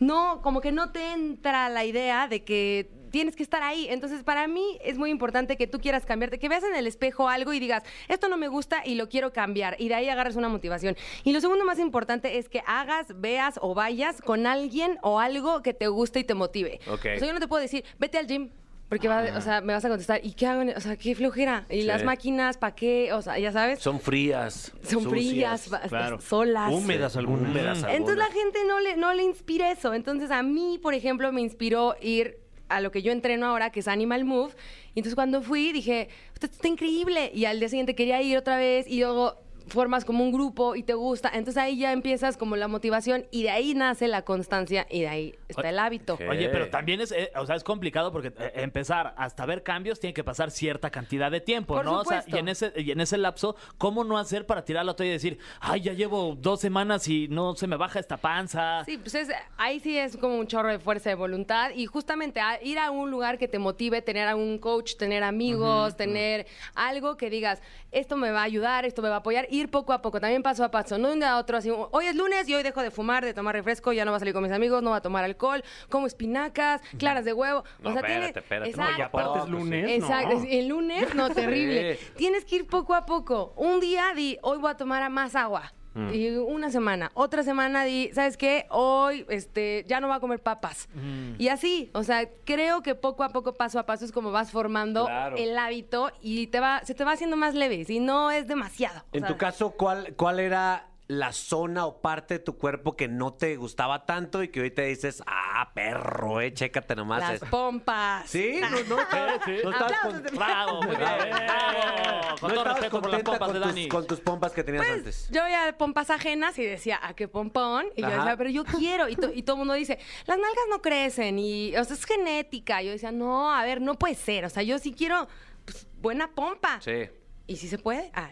Speaker 7: no, como que no te entra la idea de que tienes que estar ahí. Entonces, para mí es muy importante que tú quieras cambiarte, que veas en el espejo algo y digas, esto no me gusta y lo quiero cambiar. Y de ahí agarras una motivación. Y lo segundo más importante es que hagas, veas o vayas con alguien o algo que te guste y te motive.
Speaker 2: Ok.
Speaker 7: O sea, yo no te puedo decir, vete al gym. Porque va- o sea, me vas a contestar, ¿y qué hago? en- O sea, qué flojera.
Speaker 2: Sí.
Speaker 7: ¿Y las máquinas? ¿Para qué? O sea, ya sabes.
Speaker 2: Son frías.
Speaker 7: Son frías, va- solas.
Speaker 3: Húmedas algunas.
Speaker 2: Húmedas algunas.
Speaker 7: Entonces la gente no le, no le inspira eso. Entonces a mí, por ejemplo, me inspiró ir a lo que yo entreno ahora, que es Animal Move. Y entonces cuando fui dije, "Esto está increíble. Y al día siguiente quería ir otra vez y luego formas como un grupo y te gusta. Entonces ahí ya empiezas como la motivación y de ahí nace la constancia y de ahí está el hábito.
Speaker 4: Oye, pero también es, eh, o sea, es complicado porque eh, empezar hasta ver cambios tiene que pasar cierta cantidad de tiempo,
Speaker 7: Por
Speaker 4: ¿no? O sea,
Speaker 7: supuesto.
Speaker 4: y en ese, y en ese lapso, ¿cómo no hacer para tirar la toalla y decir, ay, ya llevo dos semanas y no se me baja esta panza?
Speaker 7: Sí, pues es- ahí sí es como un chorro de fuerza de voluntad y justamente a- ir a un lugar que te motive, tener a un coach, tener amigos, tener algo que digas, esto me va a ayudar, esto me va a apoyar, ir poco a poco, también paso a paso, no de un día a otro así, hoy es lunes y hoy dejo de fumar, de tomar refresco, ya no voy a salir con mis amigos, no voy a tomar alcohol, como espinacas, claras de huevo.
Speaker 2: No,
Speaker 7: tiene-
Speaker 2: espérate, espérate. No,
Speaker 7: Exacto.
Speaker 3: Y aparte es
Speaker 2: Tampoco, sí.
Speaker 3: lunes, ¿no?
Speaker 7: Exacto, sí, el lunes, no, terrible.
Speaker 2: Sí.
Speaker 7: Tienes que ir poco a poco. Un día di, hoy voy a tomar más agua.
Speaker 2: Mm.
Speaker 7: Y una semana, otra semana di, ¿sabes qué? Hoy este, ya no va a comer papas.
Speaker 2: Mm.
Speaker 7: Y así, o sea, creo que poco a poco, paso a paso, es como vas formando
Speaker 2: Claro.
Speaker 7: el hábito y te va, se te va haciendo más leve, si no es demasiado. o
Speaker 2: En
Speaker 7: sea,
Speaker 2: tu caso, ¿cuál, ¿cuál era la zona o parte de tu cuerpo que no te gustaba tanto y que hoy te dices, ah, perro, eh, chécate nomás?
Speaker 7: Las
Speaker 2: esto"?
Speaker 7: pompas.
Speaker 2: Sí, no, no, no estabas
Speaker 7: Aplausos
Speaker 2: con- ¡Ah!
Speaker 7: de pie.
Speaker 4: ¡Bravo! Muy bien. ¡Bravo!
Speaker 2: no
Speaker 4: Con todo
Speaker 2: estabas
Speaker 4: respeto por las
Speaker 2: contenta
Speaker 4: pompas de
Speaker 2: con,
Speaker 4: Dani.
Speaker 2: tus, con tus pompas que tenías antes.
Speaker 7: Pues, Yo veía pompas ajenas y decía, ¿a qué pompón? Y yo
Speaker 2: Ajá.
Speaker 7: decía, pero yo quiero. Y, to- y todo el mundo dice, las nalgas no crecen y, o sea, es genética. Yo decía, no, a ver, no puede ser. O sea, yo sí quiero pues, buena pompa.
Speaker 2: Sí.
Speaker 7: ¿Y si se puede? Ah.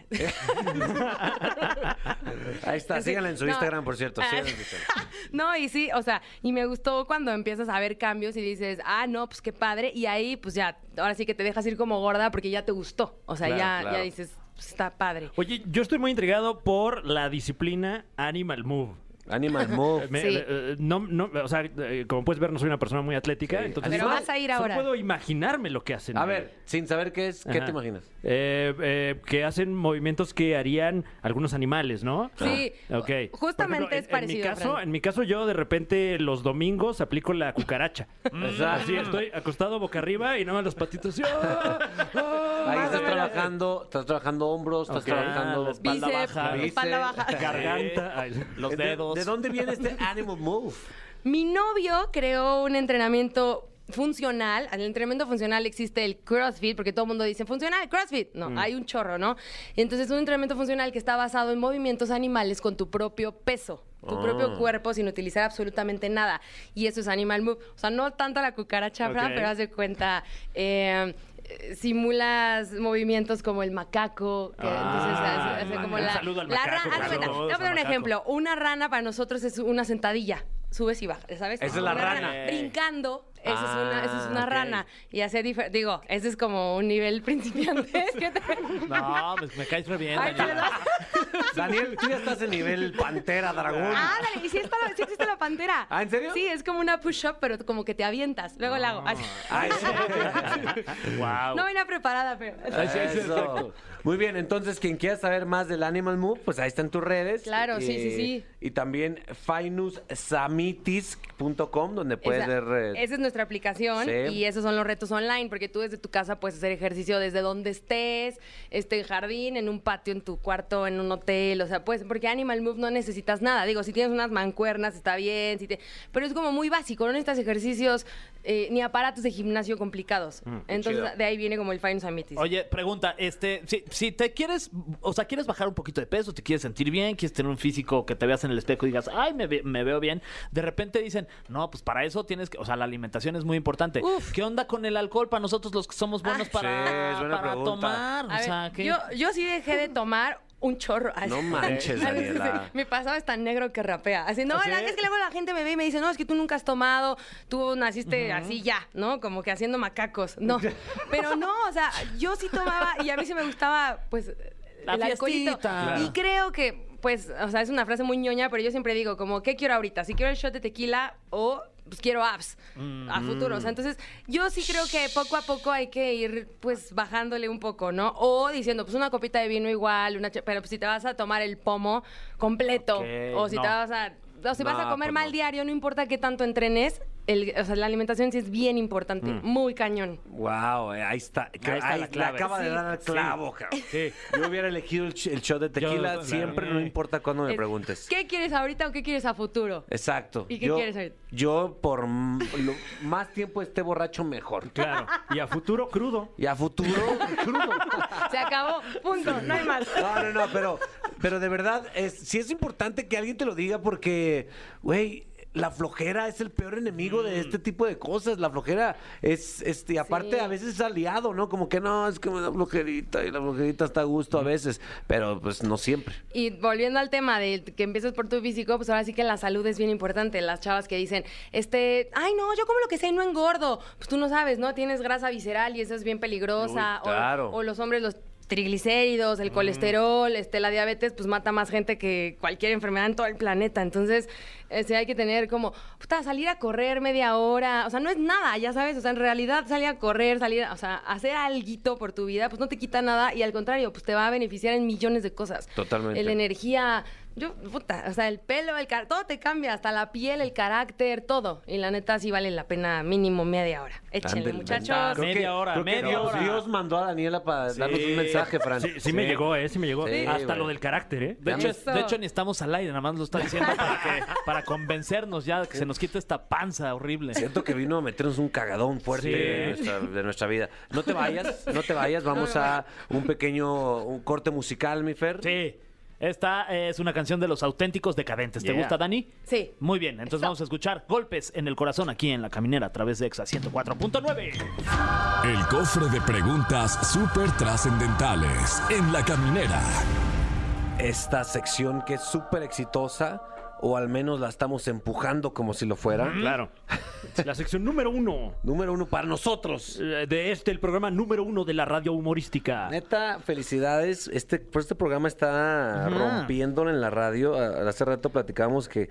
Speaker 2: Ahí está,
Speaker 7: Sí.
Speaker 2: síganla en su
Speaker 7: No.
Speaker 2: Instagram, por cierto.
Speaker 7: Ah.
Speaker 2: síganla en su Instagram.
Speaker 7: no, y sí, o sea, y me gustó cuando empiezas a ver cambios y dices, ah, no, pues qué padre. Y ahí, pues ya, ahora sí que te dejas ir como gorda porque ya te gustó. O sea,
Speaker 2: Claro,
Speaker 7: ya,
Speaker 2: claro.
Speaker 7: ya dices, pues, está padre.
Speaker 3: Oye, yo estoy muy intrigado por la disciplina Animal Move.
Speaker 2: Animal Move.
Speaker 3: Me-
Speaker 7: Sí.
Speaker 3: eh, no, no, o sea, eh, como puedes ver, no soy una persona muy atlética.
Speaker 2: Sí.
Speaker 3: Entonces,
Speaker 7: Pero
Speaker 3: solo-
Speaker 7: vas a ir
Speaker 3: solo
Speaker 7: ahora.
Speaker 3: puedo imaginarme lo que hacen.
Speaker 2: A ver, sin saber qué es, ¿qué
Speaker 3: Ajá.
Speaker 2: te imaginas?
Speaker 3: Eh, eh, que hacen movimientos que harían algunos animales, ¿no?
Speaker 7: Sí.
Speaker 3: Ah, ok.
Speaker 7: Justamente
Speaker 3: Por ejemplo,
Speaker 7: es
Speaker 3: en- En mi,
Speaker 7: parecido,
Speaker 3: caso,
Speaker 7: Fran.
Speaker 3: en mi caso, yo de repente los domingos aplico la cucaracha.
Speaker 2: O sea,
Speaker 3: Así estoy acostado boca arriba y nada más los patitos. y, ¡ah! ¡ah!
Speaker 2: Ahí estás
Speaker 7: o menos.
Speaker 2: trabajando, estás trabajando hombros, estás
Speaker 3: Ok.
Speaker 2: trabajando
Speaker 4: Ah, Espalda
Speaker 7: Bíceps,
Speaker 4: baja.
Speaker 7: espalda baja.
Speaker 3: garganta. Ay.
Speaker 4: Los
Speaker 2: ¿De-
Speaker 4: dedos.
Speaker 2: ¿De dónde viene este Animal Move?
Speaker 7: Mi novio creó un entrenamiento funcional. Al entrenamiento funcional existe el CrossFit, porque todo el mundo dice funcional, CrossFit.
Speaker 3: Mm.
Speaker 7: No, hay un chorro, ¿no? Y entonces es un entrenamiento funcional que está basado en movimientos animales con tu propio peso. Tu
Speaker 3: Ah.
Speaker 7: propio cuerpo sin utilizar absolutamente nada. Y eso es Animal Move. O sea, no tanto la cucaracha, Fran,
Speaker 3: Ok.
Speaker 7: pero haz de cuenta. eh, eh, simulas movimientos como el macaco. que
Speaker 3: Ah,
Speaker 7: entonces hace- hace
Speaker 3: el
Speaker 7: como
Speaker 3: macaco.
Speaker 7: la.
Speaker 3: Un saludo al
Speaker 7: la ra-
Speaker 3: macaco,
Speaker 7: haz
Speaker 3: claro.
Speaker 7: de cuenta, Te voy a
Speaker 3: Saludos
Speaker 7: poner
Speaker 3: al
Speaker 7: un
Speaker 3: macaco.
Speaker 7: ejemplo. Una rana para nosotros es una sentadilla. Subes y bajas, ¿sabes?
Speaker 2: Esa es la
Speaker 7: Una
Speaker 2: rana.
Speaker 7: Brincando Eso es una, eso es una
Speaker 2: Ah, ok.
Speaker 7: rana. Y hace difer- Digo, ese es como un nivel principiante. ¿Qué te-
Speaker 4: No, pues me caes re bien,
Speaker 7: Ay, te
Speaker 4: Daniela.
Speaker 7: das-
Speaker 2: Daniel, tú ya estás en nivel pantera, dragón.
Speaker 7: Ándale, y sí, está, sí existe la pantera.
Speaker 2: ¿Ah, en serio? Ah,
Speaker 7: Sí, es como una push-up, pero como que te avientas. Luego la hago. así.
Speaker 2: Ay, sí.
Speaker 4: Guau.
Speaker 7: No venía preparada, pero.
Speaker 2: Eso. Muy bien, entonces quien quiera saber más del Animal Move, pues ahí están tus redes. Eh,
Speaker 7: Claro, sí, sí, sí.
Speaker 2: Y también finussamitis.com, donde puedes
Speaker 7: Esa,
Speaker 2: ver... eh,
Speaker 7: esa es nuestra aplicación
Speaker 2: Sí.
Speaker 7: y esos son los retos online, porque tú desde tu casa puedes hacer ejercicio desde donde estés, este, en jardín, en un patio, en tu cuarto, en un hotel, o sea, pues, porque Animal Move no necesitas nada. Digo, si tienes unas mancuernas está bien, si te... pero es como muy básico, no necesitas ejercicios eh, ni aparatos de gimnasio complicados. Entonces,
Speaker 2: Mm, chido.
Speaker 7: de ahí viene como el Fine Samitis.
Speaker 4: Oye, pregunta, este, si, si te quieres, o sea, quieres bajar un poquito de peso, te quieres sentir bien, quieres tener un físico que te veas en el espejo y digas, ay, me, ve- me veo bien, de repente dicen, no, pues para eso tienes que, o sea, la alimentación es muy importante.
Speaker 7: Uf. Ah.
Speaker 4: ¿Qué onda con el alcohol para nosotros los que somos buenos para,
Speaker 2: Sí, es buena
Speaker 4: para
Speaker 2: pregunta.
Speaker 4: tomar?
Speaker 7: A
Speaker 4: o
Speaker 7: ver,
Speaker 4: sea, ¿qué?
Speaker 7: yo, yo sí dejé de tomar un chorro.
Speaker 2: No manches,
Speaker 7: Sí, sí, sí.
Speaker 2: Daniela.
Speaker 7: Mi pasado es tan negro que rapea. Así, no,
Speaker 4: ¿Ah, sí?
Speaker 7: la- es que luego la gente me ve y me dice, no, es que tú nunca has tomado, tú naciste así ya, ¿no? Como que haciendo macacos. No, pero no, o sea, yo sí tomaba y a mí sí me gustaba, pues,
Speaker 4: La
Speaker 7: el alcoholito.
Speaker 4: fiestita. Claro.
Speaker 7: Y creo que, pues, o sea, es una frase muy ñoña, pero yo siempre digo, como, ¿qué quiero ahorita? Si quiero el shot de tequila o pues, quiero apps
Speaker 2: Mm.
Speaker 7: a futuro. O sea, entonces, yo sí creo que poco a poco hay que ir, pues, bajándole un poco, ¿no? O diciendo, pues, una copita de vino igual, una che- pero pues, si te vas a tomar el pomo completo
Speaker 4: Ok,
Speaker 7: o si te
Speaker 4: no.
Speaker 7: vas a... O si vas a
Speaker 2: No,
Speaker 7: comer
Speaker 2: pues,
Speaker 7: mal
Speaker 2: no.
Speaker 7: diario, no importa qué tanto entrenes, el- o sea, la alimentación sí es bien importante,
Speaker 2: Mm.
Speaker 7: muy cañón.
Speaker 2: Wow, eh, ahí está.
Speaker 4: está la
Speaker 2: Ahí le
Speaker 4: clave.
Speaker 2: acaba de
Speaker 7: Sí.
Speaker 2: dar al clavo, cabrón. Yo hubiera elegido el, ch- el shot de tequila
Speaker 4: claro.
Speaker 2: siempre, no importa cuándo me
Speaker 7: Es-
Speaker 2: preguntes.
Speaker 7: ¿Qué quieres ahorita o qué quieres a futuro?
Speaker 2: Exacto.
Speaker 7: ¿Y qué
Speaker 2: yo,
Speaker 7: quieres ahorita?
Speaker 2: Yo, por m- lo- más tiempo esté borracho, mejor.
Speaker 3: Claro. Y a futuro crudo.
Speaker 2: Y a futuro, crudo.
Speaker 7: Se acabó, punto, no hay más.
Speaker 2: No, no, no, pero, pero de verdad, es, sí es importante que alguien te lo diga porque, güey, la flojera es el peor enemigo de este tipo de cosas. La flojera es, este, aparte
Speaker 7: Mm. Sí.
Speaker 2: a veces es aliado, ¿no? Como que no, es que me da flojerita y la flojerita está a gusto a veces, pero pues no siempre.
Speaker 7: Y volviendo al tema de que empiezas por tu físico, pues ahora sí que la salud es bien importante. Las chavas que dicen, este, ay no, yo como lo que sea y no engordo. Pues tú no sabes, ¿no? Tienes grasa visceral y eso es bien peligrosa.
Speaker 2: Uy, claro.
Speaker 7: o, o los hombres los triglicéridos, el colesterol, este, la diabetes, pues mata más gente que cualquier enfermedad en todo el planeta. Entonces, eh, sí hay que tener como, puta, salir a correr media hora, o sea, no es nada, ya sabes, o sea, en realidad salir a correr, salir, o sea, hacer alguito por tu vida, pues no te quita nada y al contrario, pues te va a beneficiar en millones de cosas.
Speaker 2: Totalmente.
Speaker 7: El energía, yo, puta, o sea, el pelo, el car- todo te cambia, hasta la piel, el carácter, todo. Y la neta sí vale la pena mínimo media hora. Échenle,
Speaker 2: Ándale,
Speaker 7: muchachos.
Speaker 4: Media hora, media
Speaker 2: Dios,
Speaker 4: hora.
Speaker 2: Dios mandó a Daniela para darnos un mensaje, Fran.
Speaker 3: Sí, sí me llegó, ¿eh? Sí me llegó.
Speaker 2: Sí,
Speaker 3: Hasta
Speaker 2: güey.
Speaker 3: lo del carácter, ¿eh?
Speaker 4: De hecho, es-
Speaker 7: Eso.
Speaker 4: de hecho, ni estamos al aire, nada más lo está diciendo para, que- para convencernos ya de que se nos quite esta panza horrible.
Speaker 2: Siento que vino a meternos un cagadón fuerte
Speaker 4: Sí.
Speaker 2: de, nuestra, de nuestra vida. No te vayas, no te vayas. Vamos a un pequeño un corte musical, mi Fer.
Speaker 4: Sí. Esta es una canción de los auténticos decadentes. ¿Te
Speaker 3: Yeah.
Speaker 4: gusta, Dani?
Speaker 7: Sí.
Speaker 4: Muy bien, entonces vamos a escuchar Golpes en el Corazón aquí en La Caminera a través de EXA 104.9.
Speaker 1: El cofre de preguntas súper trascendentales en la caminera.
Speaker 2: esta sección que es súper exitosa, o al menos la estamos empujando como si lo fuera.
Speaker 3: Claro. La sección número uno.
Speaker 2: Número uno para nosotros.
Speaker 3: eh, De este, el programa número uno de la radio humorística.
Speaker 2: Neta, felicidades. Este, pues este programa está rompiendo en la radio. A- Hace rato platicábamos que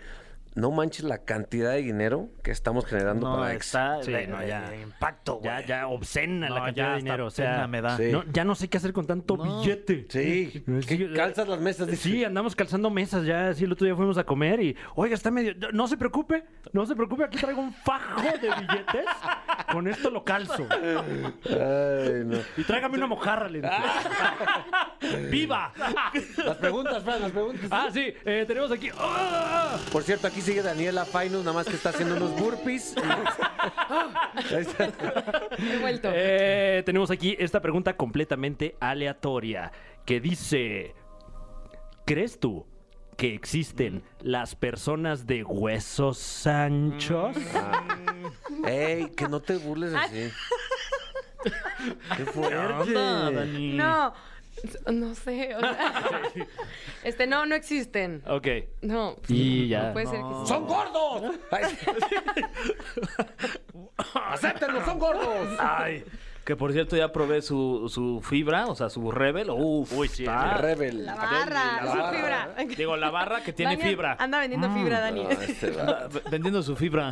Speaker 2: no manches la cantidad de dinero que estamos generando para Exa.
Speaker 3: Sí,
Speaker 4: de-
Speaker 3: no,
Speaker 4: de-
Speaker 3: ya.
Speaker 4: impacto, güey.
Speaker 3: Ya, ya obscena
Speaker 4: No,
Speaker 3: la cantidad
Speaker 4: ya
Speaker 3: de
Speaker 4: hasta
Speaker 3: dinero. O sea,
Speaker 4: pena me da.
Speaker 2: Sí.
Speaker 3: No, ya no sé qué hacer con tanto billete. eh,
Speaker 2: Sí, que calzas las mesas. dice.
Speaker 3: Sí, andamos calzando mesas ya. Sí, el otro día fuimos a comer y, oiga, está medio. No se preocupe, no se preocupe, aquí traigo un fajo de billetes. Con esto lo calzo.
Speaker 2: Ay, no.
Speaker 3: Y tráigame una mojarra, le dije. ¡Viva!
Speaker 2: Las preguntas, Fran, las preguntas.
Speaker 3: Ah, sí, eh, tenemos aquí. ¡Ah!
Speaker 2: Por cierto, aquí sigue Daniela Fainus, nada más que está haciendo unos burpees. Ahí está.
Speaker 7: He vuelto.
Speaker 3: Eh, tenemos aquí esta pregunta completamente aleatoria que dice: ¿Crees tú que
Speaker 7: Mm.
Speaker 3: existen las personas de huesos anchos?
Speaker 7: Mm.
Speaker 2: Ey, que no te burles así. Qué fuerte.
Speaker 4: Eh, ¿Qué onda, Dani?
Speaker 7: No, No sé, o sea, este, no, no existen.
Speaker 3: Ok.
Speaker 7: No.
Speaker 3: Y ya.
Speaker 7: No pues, puede ser que sí.
Speaker 2: ¡Son gordos! ¡Acéptenlo, son gordos!
Speaker 7: eh,
Speaker 4: Ay. Que por cierto ya probé su, su fibra, o sea, su Rebel. Uf,
Speaker 3: Uy, sí,
Speaker 4: está-
Speaker 2: Rebel.
Speaker 7: La barra,
Speaker 2: La
Speaker 7: su
Speaker 2: barra.
Speaker 7: fibra. Mm.
Speaker 4: Digo, la barra que tiene
Speaker 7: Dani
Speaker 4: fibra.
Speaker 7: Anda vendiendo fibra, Dani.
Speaker 2: No, este va.
Speaker 4: V- Vendiendo su fibra.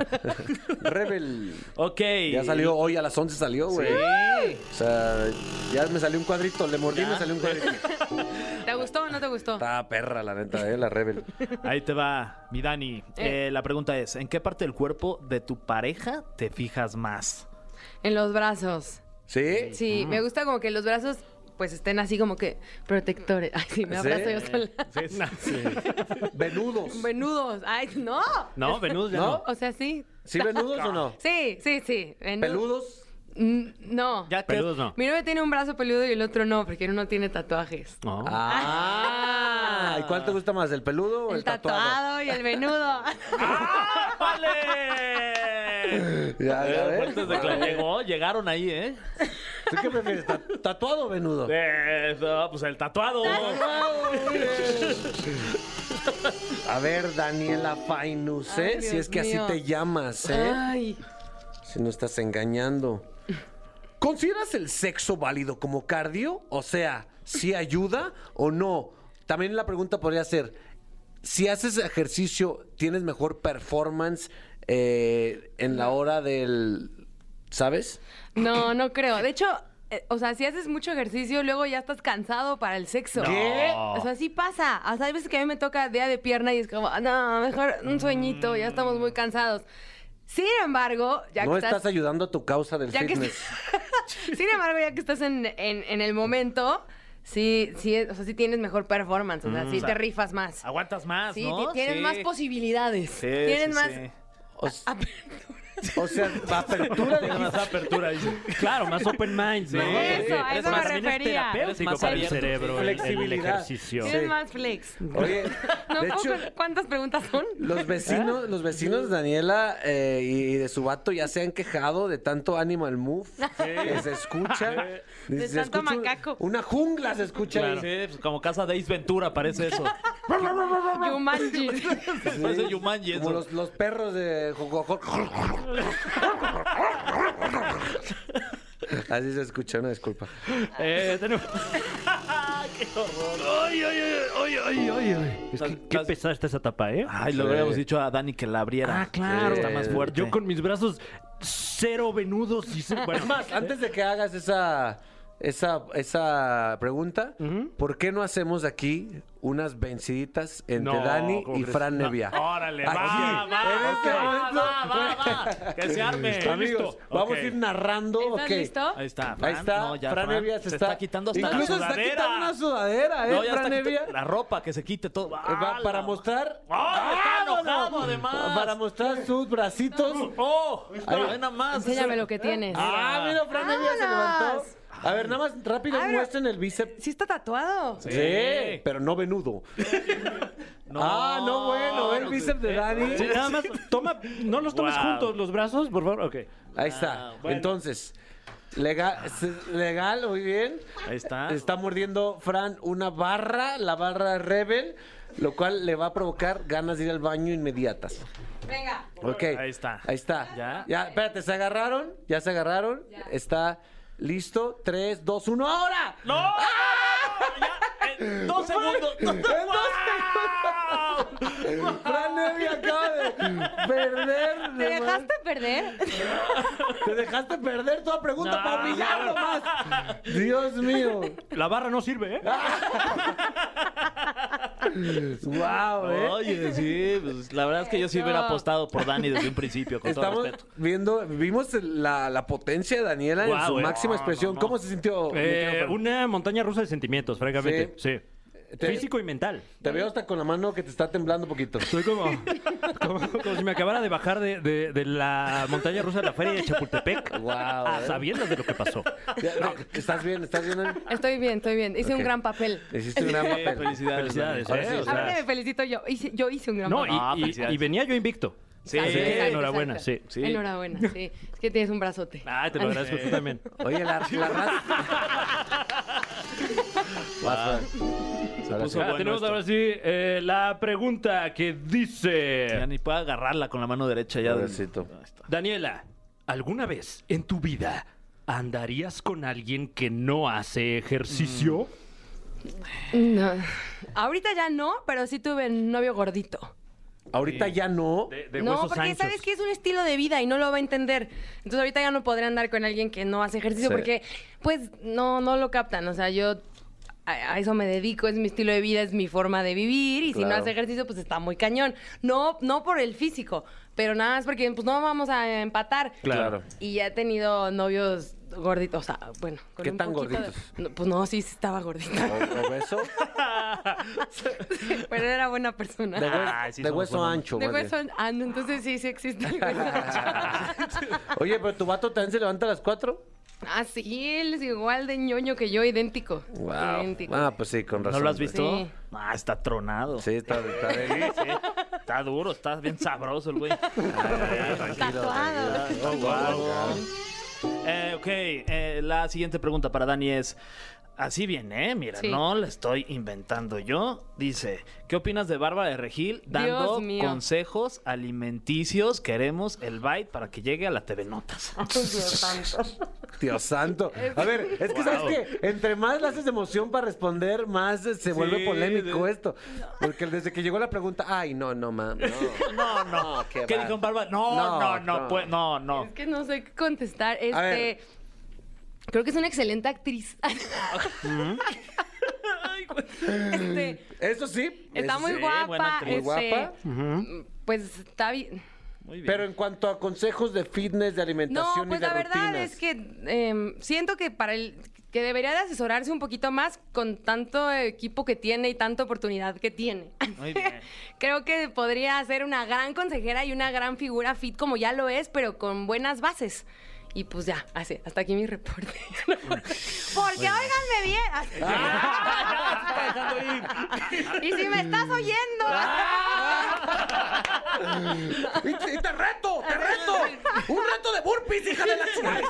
Speaker 2: Rebel.
Speaker 4: Ok.
Speaker 2: Ya salió hoy, a las 11 salió, güey. O sea, ya me salió un cuadrito, le mordí y me salió un cuadrito.
Speaker 7: ¿Te gustó o no te gustó?
Speaker 2: Está perra, la neta, eh, la Rebel.
Speaker 4: Ahí te va, mi Dani.
Speaker 7: Eh.
Speaker 4: Eh, la pregunta es, ¿en qué parte del cuerpo de tu pareja te fijas más?
Speaker 7: En los brazos.
Speaker 2: ¿Sí?
Speaker 7: Sí, me gusta como que los brazos pues estén así como que protectores. Ay, sí, me
Speaker 2: Sí.
Speaker 7: abrazo yo sola.
Speaker 2: ¿Venudos?
Speaker 7: Venudos. Ay, no.
Speaker 4: No, Venus, ya
Speaker 2: ¿No?
Speaker 4: no.
Speaker 7: O sea, sí.
Speaker 2: ¿Sí venudos o no?
Speaker 7: Sí, sí, sí. Venu-
Speaker 2: ¿Peludos?
Speaker 7: Mm, No.
Speaker 4: Ya que-
Speaker 3: Peludos no.
Speaker 7: Mi novio tiene un brazo peludo y el otro no, porque uno tiene tatuajes.
Speaker 3: No.
Speaker 2: Ah, ¿y cuál te gusta más, el peludo o el,
Speaker 7: el tatuado y el venudo.
Speaker 4: ¡Ah,
Speaker 3: Ah.
Speaker 4: vale!
Speaker 2: Ya, ya
Speaker 4: Eh,
Speaker 2: ves.
Speaker 4: fuertes decla- Llegó, llegaron ahí, ¿eh?
Speaker 2: ¿Tú qué prefieres, ta- tatuado o venudo?
Speaker 4: Eh, no, pues el tatuado.
Speaker 2: A ver, Daniela Fainus, ¿eh?
Speaker 7: Ay,
Speaker 2: si es
Speaker 7: Dios
Speaker 2: que
Speaker 7: mío.
Speaker 2: así te llamas, ¿eh?
Speaker 7: Ay.
Speaker 2: Si no estás engañando. ¿Consideras el sexo válido como cardio? O sea, ¿si ayuda o no? También la pregunta podría ser, si haces ejercicio, ¿tienes mejor performance eh, en la hora del... ¿Sabes?
Speaker 7: No, no creo. De hecho, eh, o sea, si haces mucho ejercicio, luego ya estás cansado para el sexo.
Speaker 2: ¿Qué?
Speaker 7: O sea, sí pasa. O sea, hay veces que a mí me toca día de pierna y es como, "Ah, no, mejor un sueñito, ya estamos muy cansados. Sin embargo, ya
Speaker 2: no
Speaker 7: que
Speaker 2: estás, ayudando a tu causa del
Speaker 7: ya que-
Speaker 2: fitness.
Speaker 7: Sin embargo, ya que estás en, en- en el momento, sí, sí, o sea, sí tienes mejor performance, o sea, sí te rifas más.
Speaker 4: Aguantas más,
Speaker 7: Sí,
Speaker 4: ¿no?
Speaker 7: ti- tienes
Speaker 4: Sí.
Speaker 7: más posibilidades.
Speaker 4: Sí,
Speaker 7: tienes
Speaker 4: sí,
Speaker 7: más.
Speaker 4: sí.
Speaker 2: O, s- o sea, apertura de...
Speaker 4: Tienes más apertura, dice.
Speaker 3: Claro, más open mind. ¿no?
Speaker 7: Sí,
Speaker 3: Porque
Speaker 7: eso, a
Speaker 3: es
Speaker 7: eso me
Speaker 3: más- también es
Speaker 7: refería.
Speaker 3: terapéutico
Speaker 4: Eres más
Speaker 3: para el
Speaker 4: abierto,
Speaker 3: cerebro
Speaker 4: sí.
Speaker 3: el- el,
Speaker 2: Flexibilidad.
Speaker 3: ejercicio.
Speaker 7: Tienes
Speaker 2: Sí.
Speaker 7: más flex.
Speaker 2: Oye,
Speaker 7: No,
Speaker 2: de
Speaker 7: puedo
Speaker 2: hecho,
Speaker 7: creer ¿Cuántas preguntas son?
Speaker 2: Los vecinos, los vecinos de Daniela eh, y y de su vato ya se han quejado de tanto Animal Move que se escucha.
Speaker 7: De
Speaker 2: se
Speaker 7: tanto
Speaker 2: escucha un-
Speaker 7: macaco.
Speaker 2: Una jungla se escucha.
Speaker 4: Claro.
Speaker 2: ahí.
Speaker 4: Sí, pues, como casa de Ace Ventura, parece eso.
Speaker 7: Yumanji.
Speaker 2: Sí.
Speaker 4: Parece Yumanji eso.
Speaker 2: Como los, los perros de Jo- Jo- Jo- Así se escucha, una disculpa.
Speaker 3: Eh, tenemos- ¡Ay, ay, ay, ay, ay, ay! Es que
Speaker 4: Estás-
Speaker 3: qué
Speaker 4: estás-
Speaker 3: pesada está esa tapa, ¿eh?
Speaker 4: Ay, lo
Speaker 2: Sí.
Speaker 4: habíamos dicho a Dani que la abriera.
Speaker 3: Ah, claro.
Speaker 4: Está más fuerte.
Speaker 3: Yo con mis brazos cero venudos y cero... Bueno,
Speaker 4: ¿eh?
Speaker 2: Más, antes de que hagas esa, esa, esa pregunta, ¿por qué no hacemos aquí unas venciditas entre
Speaker 3: No,
Speaker 2: Dani
Speaker 3: ¿cómo
Speaker 2: y
Speaker 3: crees?
Speaker 2: Fran
Speaker 3: No.
Speaker 2: Nevia?
Speaker 4: Órale, va,
Speaker 2: Aquí,
Speaker 4: va,
Speaker 2: en
Speaker 4: va,
Speaker 2: este
Speaker 4: va,
Speaker 2: momento.
Speaker 4: va, va, va. Que se arme.
Speaker 2: Amigos, vamos a ir narrando.
Speaker 7: ¿Estás
Speaker 2: ok.
Speaker 7: listo?
Speaker 4: Ahí está.
Speaker 2: Ahí está.
Speaker 4: No, ya,
Speaker 2: Fran, Evia se, está,
Speaker 4: quitando hasta
Speaker 2: Incluso se está
Speaker 4: la sudadera.
Speaker 2: quitando una sudadera, ¿eh?
Speaker 4: No, ya
Speaker 2: Fran
Speaker 4: está quitando
Speaker 2: Evia.
Speaker 4: La ropa, que se quite todo.
Speaker 2: Eh, va-
Speaker 4: ¡Ah,
Speaker 2: para
Speaker 4: la-
Speaker 2: mostrar.
Speaker 4: ¡Ah, está enojado,
Speaker 2: vámonos!
Speaker 4: además!
Speaker 2: Para mostrar sus bracitos.
Speaker 4: ¡Oh!
Speaker 2: Ahí.
Speaker 4: Ahí nada más.
Speaker 7: Enséñame lo que tienes.
Speaker 2: Ah, mira, Fran Evia se
Speaker 7: ¡Vámonos!
Speaker 2: levantó. A ver, nada más rápido
Speaker 7: A ver.
Speaker 2: muestren el bíceps.
Speaker 7: ¿Sí está tatuado?
Speaker 2: Sí. pero no venudo.
Speaker 4: No.
Speaker 2: ah, no, bueno, el
Speaker 4: no,
Speaker 2: bíceps de
Speaker 4: eh,
Speaker 2: Dani.
Speaker 3: Sí, nada más, toma, no los tomes
Speaker 4: Wow.
Speaker 3: juntos los brazos, por favor. Ok.
Speaker 2: Ahí está. Entonces, legal, se- legal, muy bien.
Speaker 4: Ahí
Speaker 3: Ah.
Speaker 4: está.
Speaker 2: Está mordiendo Fran una barra, la barra Rebel, lo cual le va a provocar ganas de ir al baño inmediatas.
Speaker 7: Venga.
Speaker 2: Ok.
Speaker 4: Ahí está.
Speaker 2: Ahí está.
Speaker 4: Ya.
Speaker 2: espérate, se agarraron, ya se agarraron. Está listo. 3, 2, 1, ahora.
Speaker 4: ¡No! no, no,
Speaker 3: ¡Ah!
Speaker 4: ya, en dos segundos. ¡Wow!
Speaker 2: Fran Nevia acaba de perder.
Speaker 7: ¿Te dejaste perder?
Speaker 2: Te dejaste perder toda pregunta
Speaker 4: No.
Speaker 2: para humillarlo más. Dios mío.
Speaker 3: La barra no sirve, ¿eh?
Speaker 2: Wow, eh.
Speaker 4: Oye, sí, pues, la verdad es que yo sí hubiera apostado por Dani desde un principio, con todo
Speaker 2: Estamos
Speaker 4: respeto.
Speaker 2: viendo, vimos la, la potencia de Daniela en
Speaker 4: Guau,
Speaker 2: su
Speaker 4: eh.
Speaker 2: máxima
Speaker 4: No,
Speaker 2: expresión.
Speaker 4: no, no.
Speaker 2: ¿Cómo se
Speaker 4: Oh,
Speaker 2: sintió? mi
Speaker 3: Eh,
Speaker 2: querido Fran?
Speaker 3: una montaña rusa de sentimientos, francamente. Sí.
Speaker 2: Te-
Speaker 3: Físico y mental.
Speaker 2: Te veo hasta con la mano que te está temblando poquito.
Speaker 3: Estoy como, como, como si me acabara de bajar de, de- de la montaña rusa de la feria de Chapultepec.
Speaker 2: Guau,
Speaker 3: a
Speaker 2: eh.
Speaker 3: sabiendas de lo que pasó.
Speaker 2: Ya, no, estás bien, estás bien. Dani?
Speaker 7: Estoy bien, estoy bien. Hice
Speaker 2: Ok.
Speaker 7: un gran papel.
Speaker 2: Hiciste un gran
Speaker 4: Sí,
Speaker 2: papel.
Speaker 4: Eh, felicidades.
Speaker 3: Felicidades,
Speaker 4: Dani.
Speaker 2: ¿eh?
Speaker 4: Ahora sí,
Speaker 2: O sea,
Speaker 7: Ahora que me felicito yo. Hice- yo hice un gran
Speaker 3: No,
Speaker 7: papel.
Speaker 3: y,
Speaker 4: Ah,
Speaker 3: y-
Speaker 4: felicidades.
Speaker 3: y venía yo invicto.
Speaker 4: Sí.
Speaker 3: Así que
Speaker 7: Exacto,
Speaker 3: enhorabuena,
Speaker 7: exacto.
Speaker 3: sí.
Speaker 7: Enhorabuena, sí. Es que tienes un brazote.
Speaker 3: Ah, te lo agradezco, tú también.
Speaker 2: Oye, la, la raza. Vas, Fran. Ahora
Speaker 4: puso
Speaker 2: sí.
Speaker 3: Ah,
Speaker 4: bueno
Speaker 3: tenemos
Speaker 4: esto.
Speaker 3: ahora sí eh, la pregunta que
Speaker 4: Ya
Speaker 3: dice...
Speaker 4: ni puedo agarrarla con la mano derecha ya. del-
Speaker 2: Pobrecito.
Speaker 4: Ahí está.
Speaker 3: Daniela, ¿alguna vez en tu vida andarías con alguien que no hace ejercicio?
Speaker 4: Mm.
Speaker 7: No. Ahorita ya no, pero sí tuve un novio gordito.
Speaker 2: Ahorita ya no.
Speaker 3: De, de
Speaker 7: no,
Speaker 3: huesos
Speaker 7: porque
Speaker 3: anchos.
Speaker 7: sabes que es un estilo de vida y no lo va a entender. Entonces ahorita ya no podré andar con alguien que no hace ejercicio
Speaker 2: Sí.
Speaker 7: porque pues no no lo captan, o sea, yo a, a eso me dedico, es mi estilo de vida, es mi forma de vivir y si no
Speaker 2: Claro.
Speaker 7: hace ejercicio pues está muy cañón. No no por el físico, pero nada más porque pues no vamos a empatar.
Speaker 2: Claro.
Speaker 7: Y ya he tenido novios gorditos, o sea, bueno, con
Speaker 2: ¿Qué
Speaker 7: un
Speaker 2: tan
Speaker 7: poquito de-
Speaker 2: gorditos?
Speaker 7: No, pues no, sí sí estaba gordita,
Speaker 2: ¿O- ¿Obeso?
Speaker 7: pero era buena persona.
Speaker 2: De, hue-
Speaker 4: Ay, Ah, sí
Speaker 2: de
Speaker 4: somos
Speaker 2: hueso
Speaker 4: buenos.
Speaker 2: ancho.
Speaker 7: De
Speaker 2: más bien.
Speaker 7: hueso, ah, no, entonces sí, sí existe el hueso ancho.
Speaker 2: Oye, pero tu vato también se levanta a las 4.
Speaker 7: Ah, sí, él es igual de ñoño que yo, idéntico.
Speaker 2: Wow.
Speaker 7: Idéntico.
Speaker 2: Ah, pues sí, con razón.
Speaker 4: ¿No lo has visto?
Speaker 7: Sí.
Speaker 4: Ah, está tronado.
Speaker 2: Sí, está, está
Speaker 4: Sí,
Speaker 2: de-
Speaker 4: sí. Está duro, está bien sabroso el güey.
Speaker 7: Tatuado.
Speaker 4: Oh, wow. Eh, ok, eh, la siguiente pregunta para Dani es. Así viene, ¿eh? mira,
Speaker 7: Sí.
Speaker 4: no la estoy inventando yo. Dice, ¿qué opinas de Bárbara de Regil dando
Speaker 7: Dios mío.
Speaker 4: consejos alimenticios? Queremos el bite para que llegue a la TV Notas.
Speaker 2: Dios santo. A ver, es que sabes que entre más le haces emoción para responder, más se vuelve polémico esto. Porque desde que llegó la pregunta, ay, no, no, mam. No.
Speaker 4: No, no.
Speaker 2: qué
Speaker 4: ¿Qué,
Speaker 2: va.
Speaker 4: dijo Bárbara? No,
Speaker 2: No,
Speaker 4: no, no,
Speaker 2: no.
Speaker 4: no, pues, no, no.
Speaker 7: Es que no sé qué contestar.
Speaker 2: A ver.
Speaker 7: Este. Creo que es una excelente actriz. Ay, güey. Este,
Speaker 2: Eso sí.
Speaker 7: está
Speaker 2: eso
Speaker 7: muy
Speaker 2: sí.
Speaker 4: Pues buena
Speaker 7: guapa.
Speaker 4: actriz.
Speaker 2: Muy
Speaker 7: este,
Speaker 2: guapa.
Speaker 7: Pues está bien.
Speaker 4: Muy bien.
Speaker 2: Pero en cuanto a consejos de fitness, de
Speaker 7: No,
Speaker 2: alimentación y
Speaker 7: pues
Speaker 2: de
Speaker 7: la verdad
Speaker 2: rutinas.
Speaker 7: es que em, siento que para el que debería de asesorarse un poquito más con tanto equipo que tiene y tanta oportunidad que tiene.
Speaker 4: Muy bien.
Speaker 7: Creo que podría ser una gran consejera y una gran figura fit como ya lo es, pero con buenas bases. Y pues ya, así, hasta aquí mi reporte. Porque óiganme bien.
Speaker 2: Ah,
Speaker 7: y si me estás oyendo.
Speaker 2: Ah. ¡Y te, y te reto! ¡Te reto! ¡Un reto de burpees, hija de la chingada!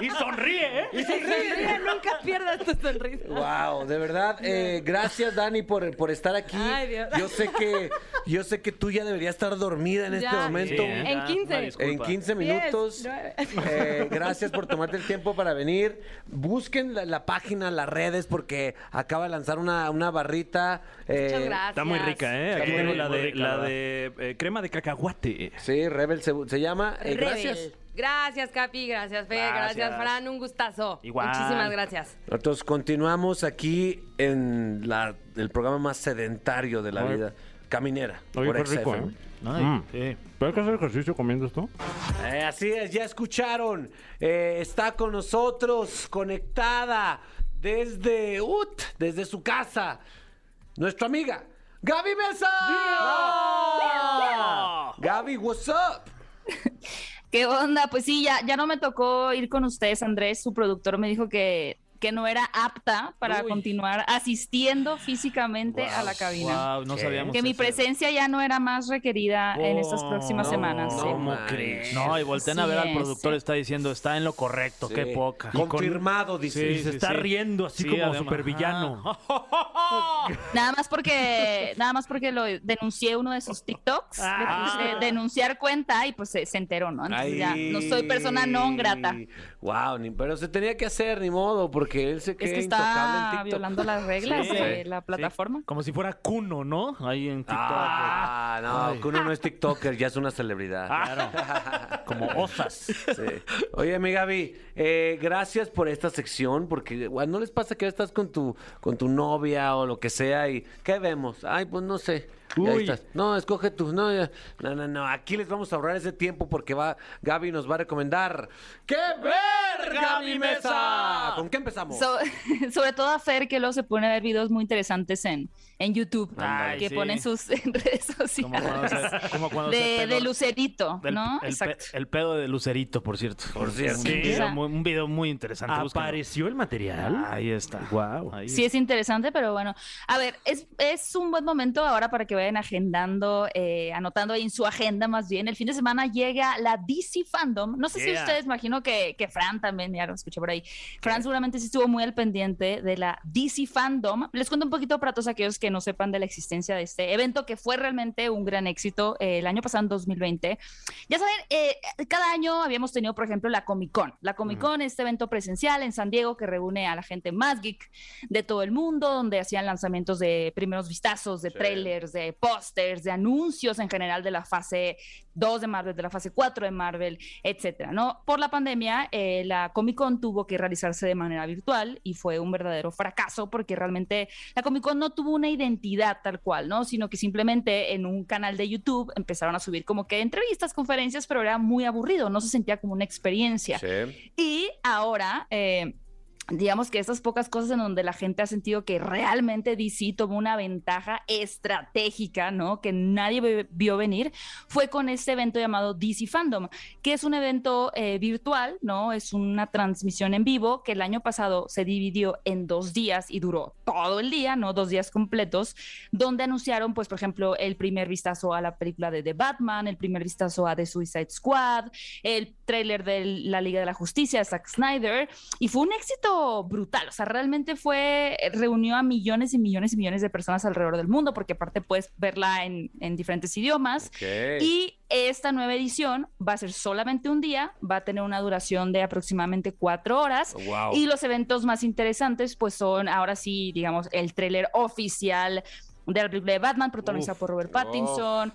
Speaker 3: Y sonríe, ¿eh?
Speaker 7: Sonríe, nunca pierdas tu sonrisa.
Speaker 2: Wow, de verdad, eh, gracias Dani por, por estar aquí.
Speaker 7: Ay, Dios.
Speaker 2: Yo sé que yo sé que tú ya deberías estar dormida en este
Speaker 7: Ya.
Speaker 2: momento.
Speaker 7: Sí, ¿eh? En
Speaker 4: Ya,
Speaker 7: 15.
Speaker 4: una disculpa.
Speaker 2: En 15
Speaker 7: Diez,
Speaker 2: minutos.
Speaker 7: nueve.
Speaker 2: Eh, gracias por tomarte el tiempo para venir. Busquen la, la página, las redes, porque acaba de lanzar una, una barrita. eh,
Speaker 7: Muchas gracias.
Speaker 3: Está muy rica, ¿eh?
Speaker 2: Está
Speaker 3: Aquí
Speaker 2: muy
Speaker 3: tengo
Speaker 2: ri-
Speaker 3: la
Speaker 2: muy
Speaker 3: de,
Speaker 2: rica,
Speaker 3: la
Speaker 2: ¿verdad?
Speaker 3: de eh, crema de cacahuate.
Speaker 2: Sí, Rebel se, se llama. Eh,
Speaker 7: Rebel.
Speaker 2: gracias.
Speaker 7: Gracias, Capi. Gracias, Fe. Gracias.
Speaker 4: Gracias.
Speaker 7: Fran. Un gustazo.
Speaker 4: Igual.
Speaker 7: Muchísimas gracias.
Speaker 2: Nosotros continuamos aquí en la, el programa más sedentario de la
Speaker 3: Oye.
Speaker 2: vida. Caminera.
Speaker 3: Oye,
Speaker 2: por
Speaker 3: qué rico,
Speaker 2: XFM.
Speaker 3: ¿eh? Mm. ¿Puedes hacer ejercicio comiendo esto?
Speaker 2: Eh, así es, ya escucharon. Eh, está con nosotros, conectada desde UT, desde su casa, nuestra amiga, Gaby Mesa. Gaby, what's up?
Speaker 8: ¿Qué onda? Pues sí, ya, ya no me tocó ir con ustedes, Andrés. Su productor me dijo que, que no era apta para
Speaker 2: Uy.
Speaker 8: continuar asistiendo físicamente a la cabina.
Speaker 4: Wow, no sabíamos
Speaker 8: Que mi
Speaker 4: eso.
Speaker 8: presencia ya no era más requerida en estas
Speaker 4: Oh,
Speaker 8: próximas
Speaker 2: no,
Speaker 8: semanas. sí.
Speaker 2: no.
Speaker 4: ¿Cómo
Speaker 2: manches.
Speaker 4: crees? No, y voltean a
Speaker 8: Así
Speaker 4: ver al
Speaker 8: es,
Speaker 4: productor,
Speaker 8: sí.
Speaker 4: está diciendo, está en lo correcto, qué
Speaker 2: Sí.
Speaker 4: poca.
Speaker 2: Confirmado, dice.
Speaker 3: Y se está riendo así como supervillano.
Speaker 8: Nada más porque, nada más porque lo denuncié uno de sus TikToks, le puse denunciar cuenta y pues se, se enteró, ¿no? Entonces ya no soy persona no grata.
Speaker 2: Wow, ni, pero se tenía que hacer, ni modo, porque él se queda
Speaker 8: Es que
Speaker 2: intocable en
Speaker 8: está
Speaker 2: TikTok.
Speaker 8: violando las reglas
Speaker 4: Sí.
Speaker 8: de la plataforma.
Speaker 4: Como si fuera Cuno, ¿no? Ahí en TikTok.
Speaker 2: Ah, no, Kuno no es TikToker, ya es una celebridad.
Speaker 4: Claro. como osas.
Speaker 2: Sí. Oye, mi Gaby, eh, gracias por esta sección, porque guau, no les pasa que estás con tu, con tu novia o lo que sea y ¿qué vemos? Ay, pues no sé. Y ahí
Speaker 3: Uy.
Speaker 2: estás. No, escoge tú. No, ya. no, no, no. Aquí les vamos a ahorrar ese tiempo porque va, Gaby nos va a recomendar. ¡Qué ver, Gaby Mesa! ¿Con qué empezamos?
Speaker 8: So- sobre todo a Fer, que luego se pone a ver videos muy interesantes en, en YouTube,
Speaker 4: Ándale.
Speaker 8: que
Speaker 4: Ay, sí.
Speaker 8: ponen sus en redes
Speaker 4: Como cuando
Speaker 8: sociales.
Speaker 4: se- como cuando se
Speaker 8: de,
Speaker 4: peló-
Speaker 8: de Lucerito,
Speaker 4: del-
Speaker 8: ¿no?
Speaker 4: el, pe-
Speaker 8: Exacto.
Speaker 4: el pedo de Lucerito, por cierto.
Speaker 2: Por cierto.
Speaker 4: Un
Speaker 2: Sí.
Speaker 4: video muy, un video muy
Speaker 3: Ah,
Speaker 4: interesante. búsquenlo.
Speaker 3: ¿Apareció el material?
Speaker 4: Ahí está.
Speaker 3: Wow.
Speaker 4: Ahí.
Speaker 8: Sí, es interesante, pero bueno. A ver, es, es un buen momento ahora para que vayan agendando, eh, anotando ahí en su agenda más bien. El fin de semana llega la DC Fandom. No sé si
Speaker 4: Yeah.
Speaker 8: ustedes, imagino que, que Fran también, ya lo escuché por ahí. Fran seguramente sí estuvo muy al pendiente de la DC Fandom. Les cuento un poquito para todos aquellos que no sepan de la existencia de este evento, que fue realmente un gran éxito eh, el año pasado, en 2020. Ya saben, eh, cada año habíamos tenido, por ejemplo, la Comic Con. La Comic Con, este evento presencial en San Diego que reúne a la gente más geek de todo el mundo, donde hacían lanzamientos de primeros vistazos, de trailers, de pósters, de anuncios en general de la fase 2 de Marvel, de la fase 4 de Marvel, etcétera, ¿no? Por la pandemia, eh, la Comic Con tuvo que realizarse de manera virtual y fue un verdadero fracaso porque realmente la Comic Con no tuvo una identidad tal cual, ¿no? Sino que simplemente en un canal de YouTube empezaron a subir como que entrevistas, conferencias, pero era muy aburrido, no se sentía como una experiencia.
Speaker 2: Sí.
Speaker 8: Y ahora, eh, digamos que esas pocas cosas en donde la gente ha sentido que realmente DC tomó una ventaja estratégica, ¿no? Que nadie ve- vio venir, fue con este evento llamado DC Fandom, que es un evento eh, virtual, ¿no? Es una transmisión en vivo que el año pasado se dividió en dos días y duró todo el día, ¿no? Dos días completos, donde anunciaron, pues, por ejemplo, el primer vistazo a la película de The Batman, el primer vistazo a The Suicide Squad, el tráiler de la Liga de la Justicia de Zack Snyder, y fue un éxito brutal, o sea, realmente fue, reunió a millones y millones y millones de personas alrededor del mundo, porque aparte puedes verla en, en diferentes idiomas, y esta nueva edición va a ser solamente un día, va a tener una duración de aproximadamente cuatro horas.
Speaker 2: Wow.
Speaker 8: Y los eventos más interesantes, pues son ahora sí, digamos, el tráiler oficial de la película de Batman, protagonizada
Speaker 2: Uf,
Speaker 8: por Robert Pattinson.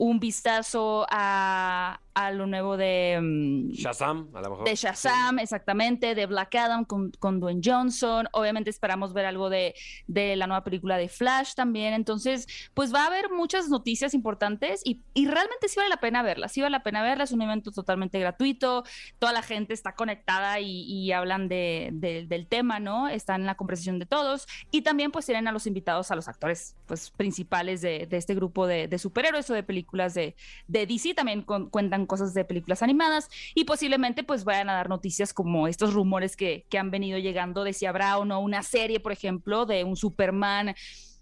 Speaker 8: Un vistazo a, a lo nuevo de, mm,
Speaker 2: Shazam, a lo mejor.
Speaker 8: de Shazam, exactamente, de Black Adam con, con Dwayne Johnson. Obviamente esperamos ver algo de, de la nueva película de Flash también. Entonces, pues va a haber muchas noticias importantes y, y realmente sí vale la pena verla. Sí vale la pena verla. Es un evento totalmente gratuito. Toda la gente está conectada y, y hablan de, de- del tema, ¿no? Están en la conversación de todos. Y también pues tienen a los invitados, a los actores pues principales de, de este grupo de, de superhéroes o de películas de, de DC. También con- cuentan cosas de películas animadas y posiblemente pues vayan a dar noticias como estos rumores que, que han venido llegando de si habrá o no una serie, por ejemplo, de un Superman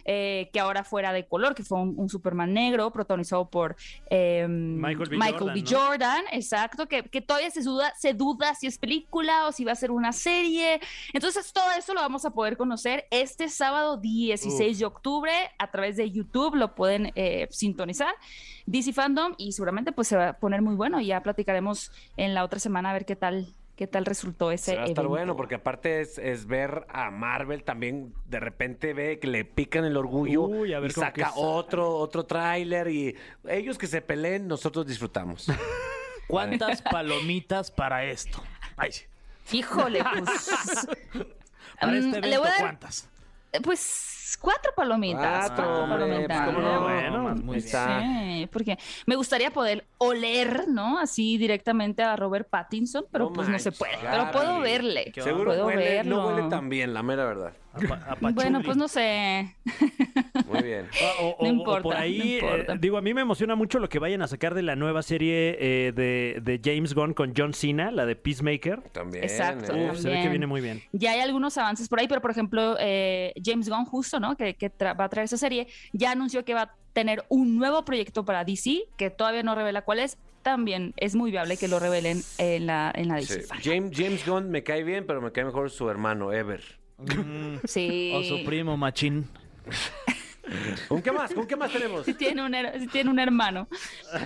Speaker 8: eh, que ahora fuera de color, que fue un, un Superman negro protagonizado por eh,
Speaker 3: Michael B. Jordan,
Speaker 8: B.
Speaker 3: ¿no?
Speaker 8: Jordan, exacto, que, que todavía se duda, se duda si es película o si va a ser una serie. Entonces todo eso lo vamos a poder conocer este sábado 16 de octubre a través de YouTube, lo pueden eh, sintonizar. DC Fandom y seguramente pues se va a poner muy bueno y ya platicaremos en la otra semana a ver qué tal qué tal resultó ese
Speaker 2: Se va a estar
Speaker 8: evento.
Speaker 2: bueno, porque aparte es, es ver a Marvel también, de repente ve que le pican el orgullo
Speaker 3: Uy, a ver
Speaker 2: y
Speaker 3: cómo que
Speaker 2: saca
Speaker 3: sale.
Speaker 2: otro, otro tráiler y ellos que se peleen, nosotros disfrutamos.
Speaker 4: ¿Cuántas palomitas para esto? Ay,
Speaker 8: Híjole, pues
Speaker 4: para
Speaker 8: Mm,
Speaker 4: este
Speaker 8: le
Speaker 4: evento,
Speaker 8: voy a dar-
Speaker 4: ¿cuántas?
Speaker 8: eh, pues cuatro palomitas.
Speaker 2: Cuatro,
Speaker 8: cuatro
Speaker 2: hombre,
Speaker 8: palomitas.
Speaker 2: pues, ¿cómo no?
Speaker 4: Bueno, más muy
Speaker 2: ahí está.
Speaker 8: Sí, porque me gustaría poder oler, ¿no? Así directamente a Robert Pattinson, pero
Speaker 2: No
Speaker 8: pues no
Speaker 2: manches,
Speaker 8: se puede.
Speaker 2: Gaby.
Speaker 8: Pero puedo verle.
Speaker 4: ¿Qué onda?
Speaker 2: Seguro
Speaker 8: puedo
Speaker 2: huele-
Speaker 8: verlo.
Speaker 2: no huele tan bien, la mera verdad.
Speaker 4: Apa- apachurri.
Speaker 8: Bueno, pues no sé.
Speaker 2: Muy bien.
Speaker 3: O, o-
Speaker 8: No
Speaker 3: o
Speaker 8: importa,
Speaker 3: por
Speaker 8: no
Speaker 3: ahí, eh,
Speaker 8: importa.
Speaker 3: digo, a mí me emociona mucho lo que vayan a sacar de la nueva serie eh, de, de James Gunn con John Cena, la de Peacemaker.
Speaker 2: También.
Speaker 8: Exacto.
Speaker 2: ¿eh?
Speaker 3: Uf, se ve que
Speaker 8: También.
Speaker 3: viene muy bien.
Speaker 8: ya hay algunos avances por ahí, pero por ejemplo, eh, James Gunn, justo, ¿no? Que, que tra- va a traer esa serie, ya anunció que va a tener un nuevo proyecto para DC, que todavía no revela cuál es. También es muy viable que lo revelen en la, en la
Speaker 2: Sí.
Speaker 8: DC. Fan.
Speaker 2: James, James Gunn me cae bien, pero me cae mejor su hermano, Ever.
Speaker 8: Sí.
Speaker 4: Mm. O su primo, machín.
Speaker 2: ¿Con qué más? ¿Con qué más tenemos?
Speaker 8: Sí tiene, un, her- sí tiene un hermano.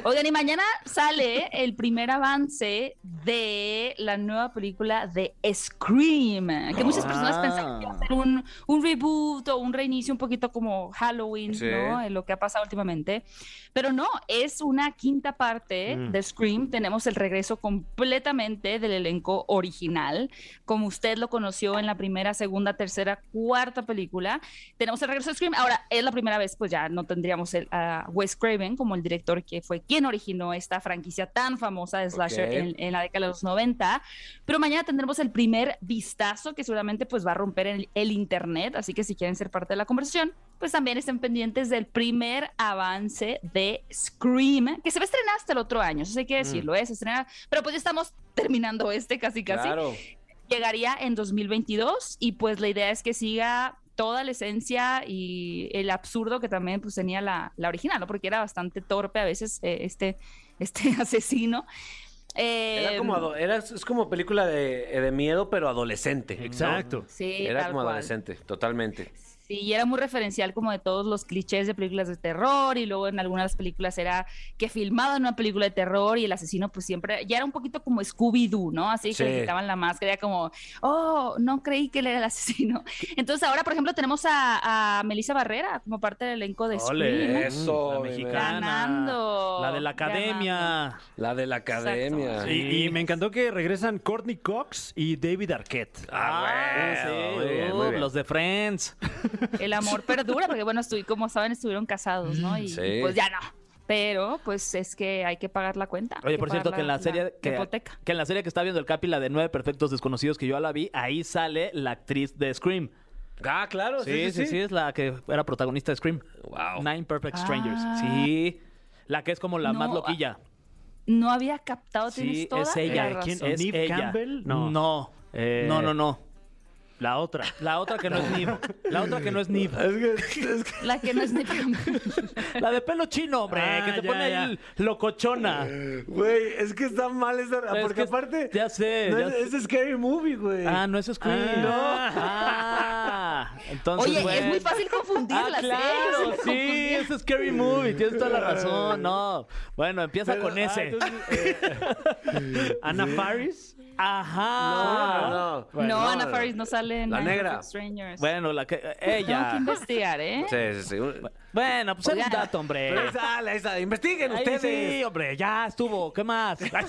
Speaker 8: Oigan, y mañana sale el primer avance de la nueva película de Scream, que muchas personas
Speaker 4: Ah.
Speaker 8: pensaban que iba a ser un, un reboot o un reinicio un poquito como Halloween,
Speaker 2: Sí.
Speaker 8: ¿no? En lo que ha pasado últimamente. Pero no, es una quinta parte
Speaker 3: Mm.
Speaker 8: de Scream. Tenemos el regreso completamente del elenco original, como usted lo conoció en la primera, segunda, tercera, cuarta película. Tenemos el regreso de Scream. Ahora, es la primera vez, pues ya no tendríamos el, a Wes Craven como el director que fue quien originó esta franquicia tan famosa de Slasher
Speaker 2: Ok.
Speaker 8: en, en la década de los 90. Pero mañana tendremos el primer vistazo que seguramente pues va a romper el, el internet. Así que si quieren ser parte de la conversación, pues también estén pendientes del primer avance de Scream, que se va a estrenar hasta el otro año, eso sí hay
Speaker 2: Mm.
Speaker 8: que decirlo, ¿eh? se estrena, pero pues ya estamos terminando este casi casi,
Speaker 2: Claro.
Speaker 8: llegaría en 2022 y pues la idea es que siga toda la esencia y el absurdo que también pues tenía la, la original, ¿no? porque era bastante torpe a veces eh, este, este asesino. Eh,
Speaker 2: Era como, ado- era- es como película de, de miedo, pero adolescente. ¿no?
Speaker 3: Exacto.
Speaker 8: Sí,
Speaker 2: Era
Speaker 8: tal
Speaker 2: como
Speaker 8: cual.
Speaker 2: adolescente, totalmente.
Speaker 8: Sí, y era muy referencial como de todos los clichés de películas de terror y luego en algunas películas era que filmaban una película de terror y el asesino pues siempre, ya era un poquito como Scooby-Doo, ¿no? Así que
Speaker 2: Sí.
Speaker 8: le quitaban la máscara, era como, oh, no creí que él era el asesino. Entonces ahora, por ejemplo, tenemos a, a Melissa Barrera como parte del elenco de Scream.
Speaker 4: Ole,
Speaker 2: Eso,
Speaker 4: la
Speaker 2: bebé.
Speaker 4: mexicana.
Speaker 8: Ganando,
Speaker 4: La de la academia.
Speaker 2: La de la
Speaker 8: Exacto.
Speaker 2: academia.
Speaker 3: Y, y me encantó que regresan Courtney Cox y David Arquette.
Speaker 2: bueno,
Speaker 4: Ah, sí,
Speaker 2: muy bien,
Speaker 4: uh,
Speaker 2: muy bien.
Speaker 4: los de Friends.
Speaker 8: El amor perdura, porque bueno, estuvi- como saben, estuvieron casados, ¿no? Y
Speaker 2: Sí.
Speaker 8: y, pues ya no. Pero pues es que hay que pagar la cuenta. hay
Speaker 4: Oye, por
Speaker 8: pagar
Speaker 4: cierto, que en la serie que,
Speaker 8: hipoteca.
Speaker 4: que en la serie que está viendo el Capi, la de nueve perfectos desconocidos que yo ya la vi, ahí sale la actriz de Scream.
Speaker 2: Ah, claro, sí, sí, sí.
Speaker 4: es la que era protagonista de Scream.
Speaker 2: Wow.
Speaker 4: Nine Perfect Strangers.
Speaker 8: Ah.
Speaker 4: Sí. La que es como la
Speaker 8: No, ah,
Speaker 4: más loquilla.
Speaker 8: no había captado,
Speaker 4: Sí,
Speaker 8: tienes toda
Speaker 4: es ella.
Speaker 8: la
Speaker 3: ¿quién?
Speaker 8: razón.
Speaker 4: Es
Speaker 3: ¿Neve
Speaker 4: ella.
Speaker 3: Campbell? No.
Speaker 4: No. No.
Speaker 3: Eh,
Speaker 4: no, no, no.
Speaker 3: La otra.
Speaker 4: La otra que no es Niv. La otra que no es Niv.
Speaker 8: La que no es ni
Speaker 4: La de pelo chino, hombre.
Speaker 3: Ah,
Speaker 4: que te
Speaker 3: ya,
Speaker 4: pone ahí locochona.
Speaker 2: Güey, es que está mal esa.
Speaker 4: Es
Speaker 2: Ah, porque
Speaker 4: que-
Speaker 2: aparte.
Speaker 4: Ya sé.
Speaker 2: no
Speaker 4: ya sé.
Speaker 2: es, es scary movie, güey.
Speaker 4: Ah, no es Scream.
Speaker 2: No.
Speaker 4: Ah, entonces.
Speaker 8: Oye, y es
Speaker 4: bueno.
Speaker 8: muy fácil confundirlas.
Speaker 4: Ah, claro,
Speaker 8: ¿eh?
Speaker 4: sí, es Scary Movie, tienes toda la razón, no. Bueno, empieza
Speaker 2: Pero-
Speaker 4: con
Speaker 2: ah,
Speaker 4: ese.
Speaker 2: entonces, eh,
Speaker 3: Ana Faris.
Speaker 4: Ajá.
Speaker 2: no, no.
Speaker 8: no, Ana Faris no sale en
Speaker 2: La
Speaker 8: Nine
Speaker 2: negra.
Speaker 8: Perfect Strangers.
Speaker 4: Bueno, la que eh,
Speaker 8: Tengo que
Speaker 4: ella.
Speaker 8: investigar, ¿eh?
Speaker 2: Sí, sí, eh. sí.
Speaker 4: Bueno, pues era un
Speaker 8: Oigan.
Speaker 4: dato, hombre.
Speaker 2: Pero esa, la- esa, investiguen
Speaker 4: Ahí
Speaker 2: ustedes.
Speaker 4: sí, hombre, ya estuvo, ¿qué más?
Speaker 2: Ah,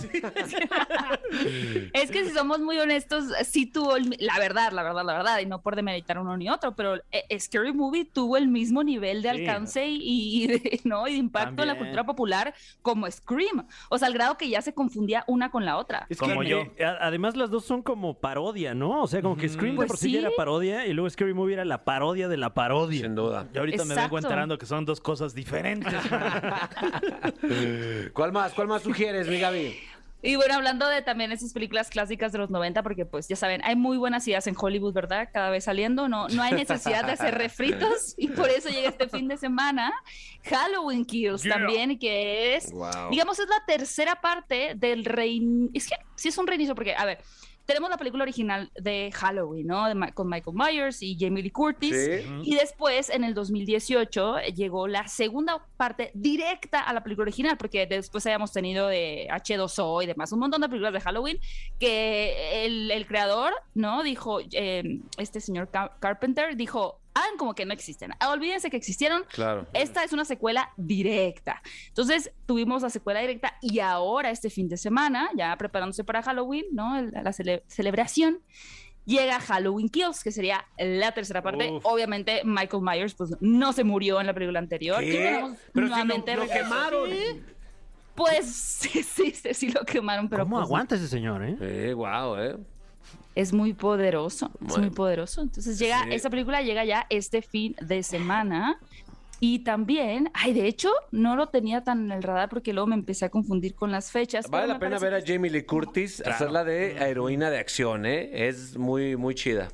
Speaker 8: Es que si somos muy honestos, sí tuvo el mi- la verdad, la verdad, la verdad, y no por demeritar uno ni otro, pero eh, Scary Movie tuvo el mismo nivel de
Speaker 4: Sí.
Speaker 8: alcance y, y de, ¿no? y de impacto en la
Speaker 4: También.
Speaker 8: cultura popular como Scream. O sea, al grado que ya se confundía una con la otra.
Speaker 3: Es
Speaker 4: Como
Speaker 3: que,
Speaker 4: yo.
Speaker 3: eh, a- además, las dos son como parodia, ¿no? O sea, como que Scream de
Speaker 8: Pues
Speaker 3: por sí ya
Speaker 8: sí.
Speaker 3: era parodia y luego Scary Movie era la parodia de la parodia.
Speaker 2: Sin duda.
Speaker 4: Yo ahorita me vengo
Speaker 8: Exacto.
Speaker 4: enterando que son dos cosas diferentes.
Speaker 2: ¿Cuál más? ¿Cuál más sugieres, mi Gaby?
Speaker 8: Y bueno, hablando de también esas películas clásicas de los 90, porque pues ya saben, hay muy buenas ideas en Hollywood, ¿verdad? Cada vez saliendo, no, no hay necesidad de hacer refritos y por eso llega este fin de semana Halloween Kills también, que es, digamos, es la tercera parte del rein... Es que sí es un reinicio, porque, a ver, tenemos la película original de Halloween, ¿no? De Ma- con Michael Myers y Jamie Lee Curtis. Y después, en el 2018, llegó la segunda parte directa a la película original, porque después habíamos tenido de H2O y demás, un montón de películas de Halloween, que el, el creador, ¿no? Dijo, eh, este señor Car- Carpenter, dijo, hagan como que no existen, olvídense que existieron,
Speaker 2: Claro.
Speaker 8: esta es una secuela directa. Entonces, tuvimos la secuela directa y ahora, este fin de semana, ya preparándose para Halloween, ¿no? El- la cele- celebración, llega Halloween Kills, que sería la tercera parte.
Speaker 3: Uf.
Speaker 8: Obviamente, Michael Myers, pues, no se murió en la película anterior. Y tenemos
Speaker 2: Pero si lo,
Speaker 8: nuevamente
Speaker 2: lo
Speaker 8: regreso.
Speaker 2: quemaron.
Speaker 8: Pues, sí, sí, sí, sí lo quemaron, pero
Speaker 3: ¿Cómo
Speaker 8: pues,
Speaker 3: aguanta ese señor, eh?
Speaker 2: Eh, guau, eh.
Speaker 8: es muy poderoso, es
Speaker 2: Bueno.
Speaker 8: muy poderoso. Entonces llega,
Speaker 2: Sí.
Speaker 8: esa película llega ya este fin de semana. Y también, ay, de hecho, no lo tenía tan en el radar porque luego me empecé a confundir con las fechas.
Speaker 2: Vale
Speaker 8: pero
Speaker 2: la
Speaker 8: me
Speaker 2: pena
Speaker 8: parece
Speaker 2: ver a
Speaker 8: que-
Speaker 2: Jamie Lee Curtis hacerla de heroína de acción, ¿eh? Es muy, muy chida.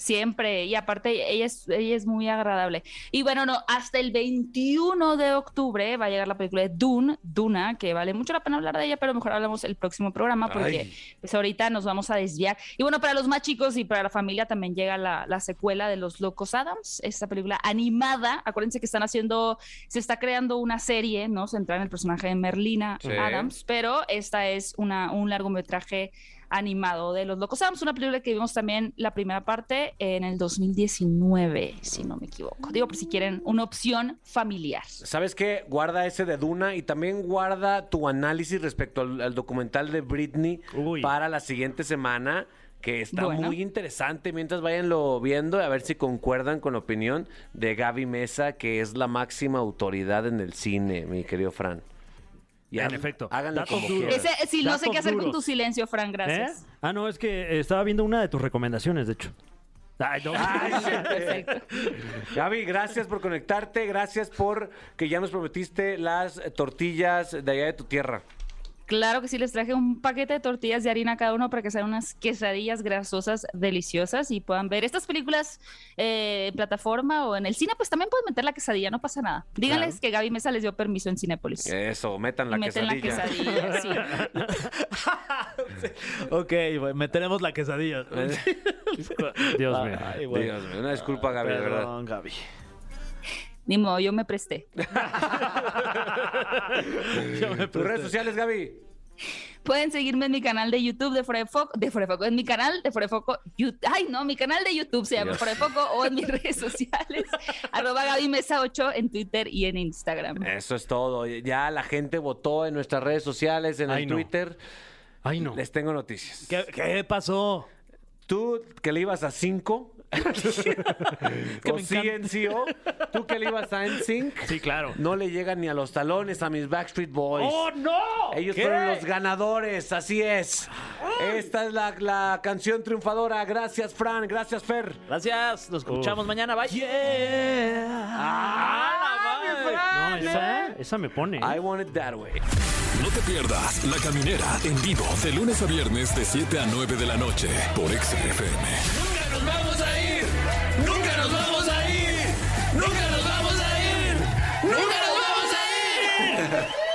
Speaker 8: Siempre, y aparte ella es, ella es muy agradable. Y bueno, no, hasta el 21 de octubre va a llegar la película de Dune, Duna, que vale mucho la pena hablar de ella, pero mejor hablamos el próximo programa porque
Speaker 2: Ay.
Speaker 8: pues ahorita nos vamos a desviar. Y bueno, para los más chicos y para la familia también llega la, la secuela de Los Locos Adams, esta película animada. Acuérdense que están haciendo, se está creando una serie, ¿no? Centrada en el personaje de Merlina
Speaker 2: Sí.
Speaker 8: Adams, pero esta es una, un largometraje animado de Los Locos Adams, una película que vimos también la primera parte en el 2019, si no me equivoco. Digo, por si quieren una opción familiar.
Speaker 2: ¿Sabes qué? Guarda ese de Duna y también guarda tu análisis respecto al, al documental de Britney
Speaker 3: Uy.
Speaker 2: para la siguiente semana, que está
Speaker 8: Bueno.
Speaker 2: muy interesante. Mientras vayanlo viendo, a ver si concuerdan con la opinión de Gaby Mesa, que es la máxima autoridad en el cine, mi querido Fran. Y
Speaker 3: En
Speaker 2: há-
Speaker 3: efecto.
Speaker 2: Háganlo
Speaker 3: Datos
Speaker 2: como
Speaker 3: duros.
Speaker 2: quieran.
Speaker 8: Ese, sí, no sé
Speaker 3: Datos
Speaker 8: qué hacer con
Speaker 3: duros.
Speaker 8: tu silencio, Fran, gracias.
Speaker 3: ¿Eh? Ah, no, es que estaba viendo una de tus recomendaciones, de hecho. Ay, no.
Speaker 8: Perfecto.
Speaker 2: Gaby, gracias por conectarte, gracias por que ya nos prometiste las tortillas de allá de tu tierra.
Speaker 8: Claro que sí, les traje un paquete de tortillas de harina a cada uno para que sean unas quesadillas grasosas deliciosas y puedan ver estas películas eh, en plataforma o en el cine, pues también pueden meter la quesadilla, no pasa nada. Díganles que Gaby Mesa les dio permiso en Cinépolis.
Speaker 2: Eso, metan Eh, la
Speaker 8: y meten
Speaker 2: quesadilla.
Speaker 8: la quesadilla, sí.
Speaker 4: Ok, bueno, meteremos la quesadilla.
Speaker 3: Dios mío.
Speaker 4: Ay, bueno.
Speaker 2: Dios mío, una disculpa, Gaby, de ¿verdad?
Speaker 4: Perdón, Gaby.
Speaker 8: Ni modo, yo me presté.
Speaker 4: Yo me
Speaker 2: Tus redes
Speaker 4: presté.
Speaker 2: sociales, Gaby.
Speaker 8: Pueden seguirme en mi canal de YouTube de Fuera de Foco, de Fuera de Foco, en mi canal de Fuera de Foco, Yu- ay no, mi canal de YouTube se llama
Speaker 2: Dios.
Speaker 8: Fuera de Foco o en mis redes sociales, arroba Gaby Mesa 8 en Twitter y en Instagram.
Speaker 2: Eso es todo. Ya la gente votó en nuestras redes sociales, en
Speaker 3: Ay,
Speaker 2: el
Speaker 3: no.
Speaker 2: Twitter.
Speaker 3: Ay, no.
Speaker 2: Les tengo noticias.
Speaker 4: ¿Qué, qué pasó?
Speaker 2: Tú que le ibas a 5.
Speaker 4: que
Speaker 2: o
Speaker 4: me encanta.
Speaker 2: CNCO. Tú que le ibas a NSYNC.
Speaker 3: Sí, claro.
Speaker 2: No le llegan ni a los talones a mis Backstreet Boys.
Speaker 3: ¡Oh, no!
Speaker 2: Ellos
Speaker 3: ¿Qué?
Speaker 2: fueron los ganadores, así es. Esta es la, la canción triunfadora. Gracias, Fran. Gracias, Fer.
Speaker 4: Gracias, nos escuchamos
Speaker 3: Uf.
Speaker 4: mañana, bye. ¡Ah, la madre!
Speaker 3: No, esa, esa me pone. ¿eh?
Speaker 2: I want it that way.
Speaker 1: No te pierdas La Caminera en vivo de lunes a viernes de 7 a 9 de la noche por XFM. Nunca nos vamos a ir. Nunca nos vamos a ir. Nunca nos vamos a ir. Nunca nos vamos a ir.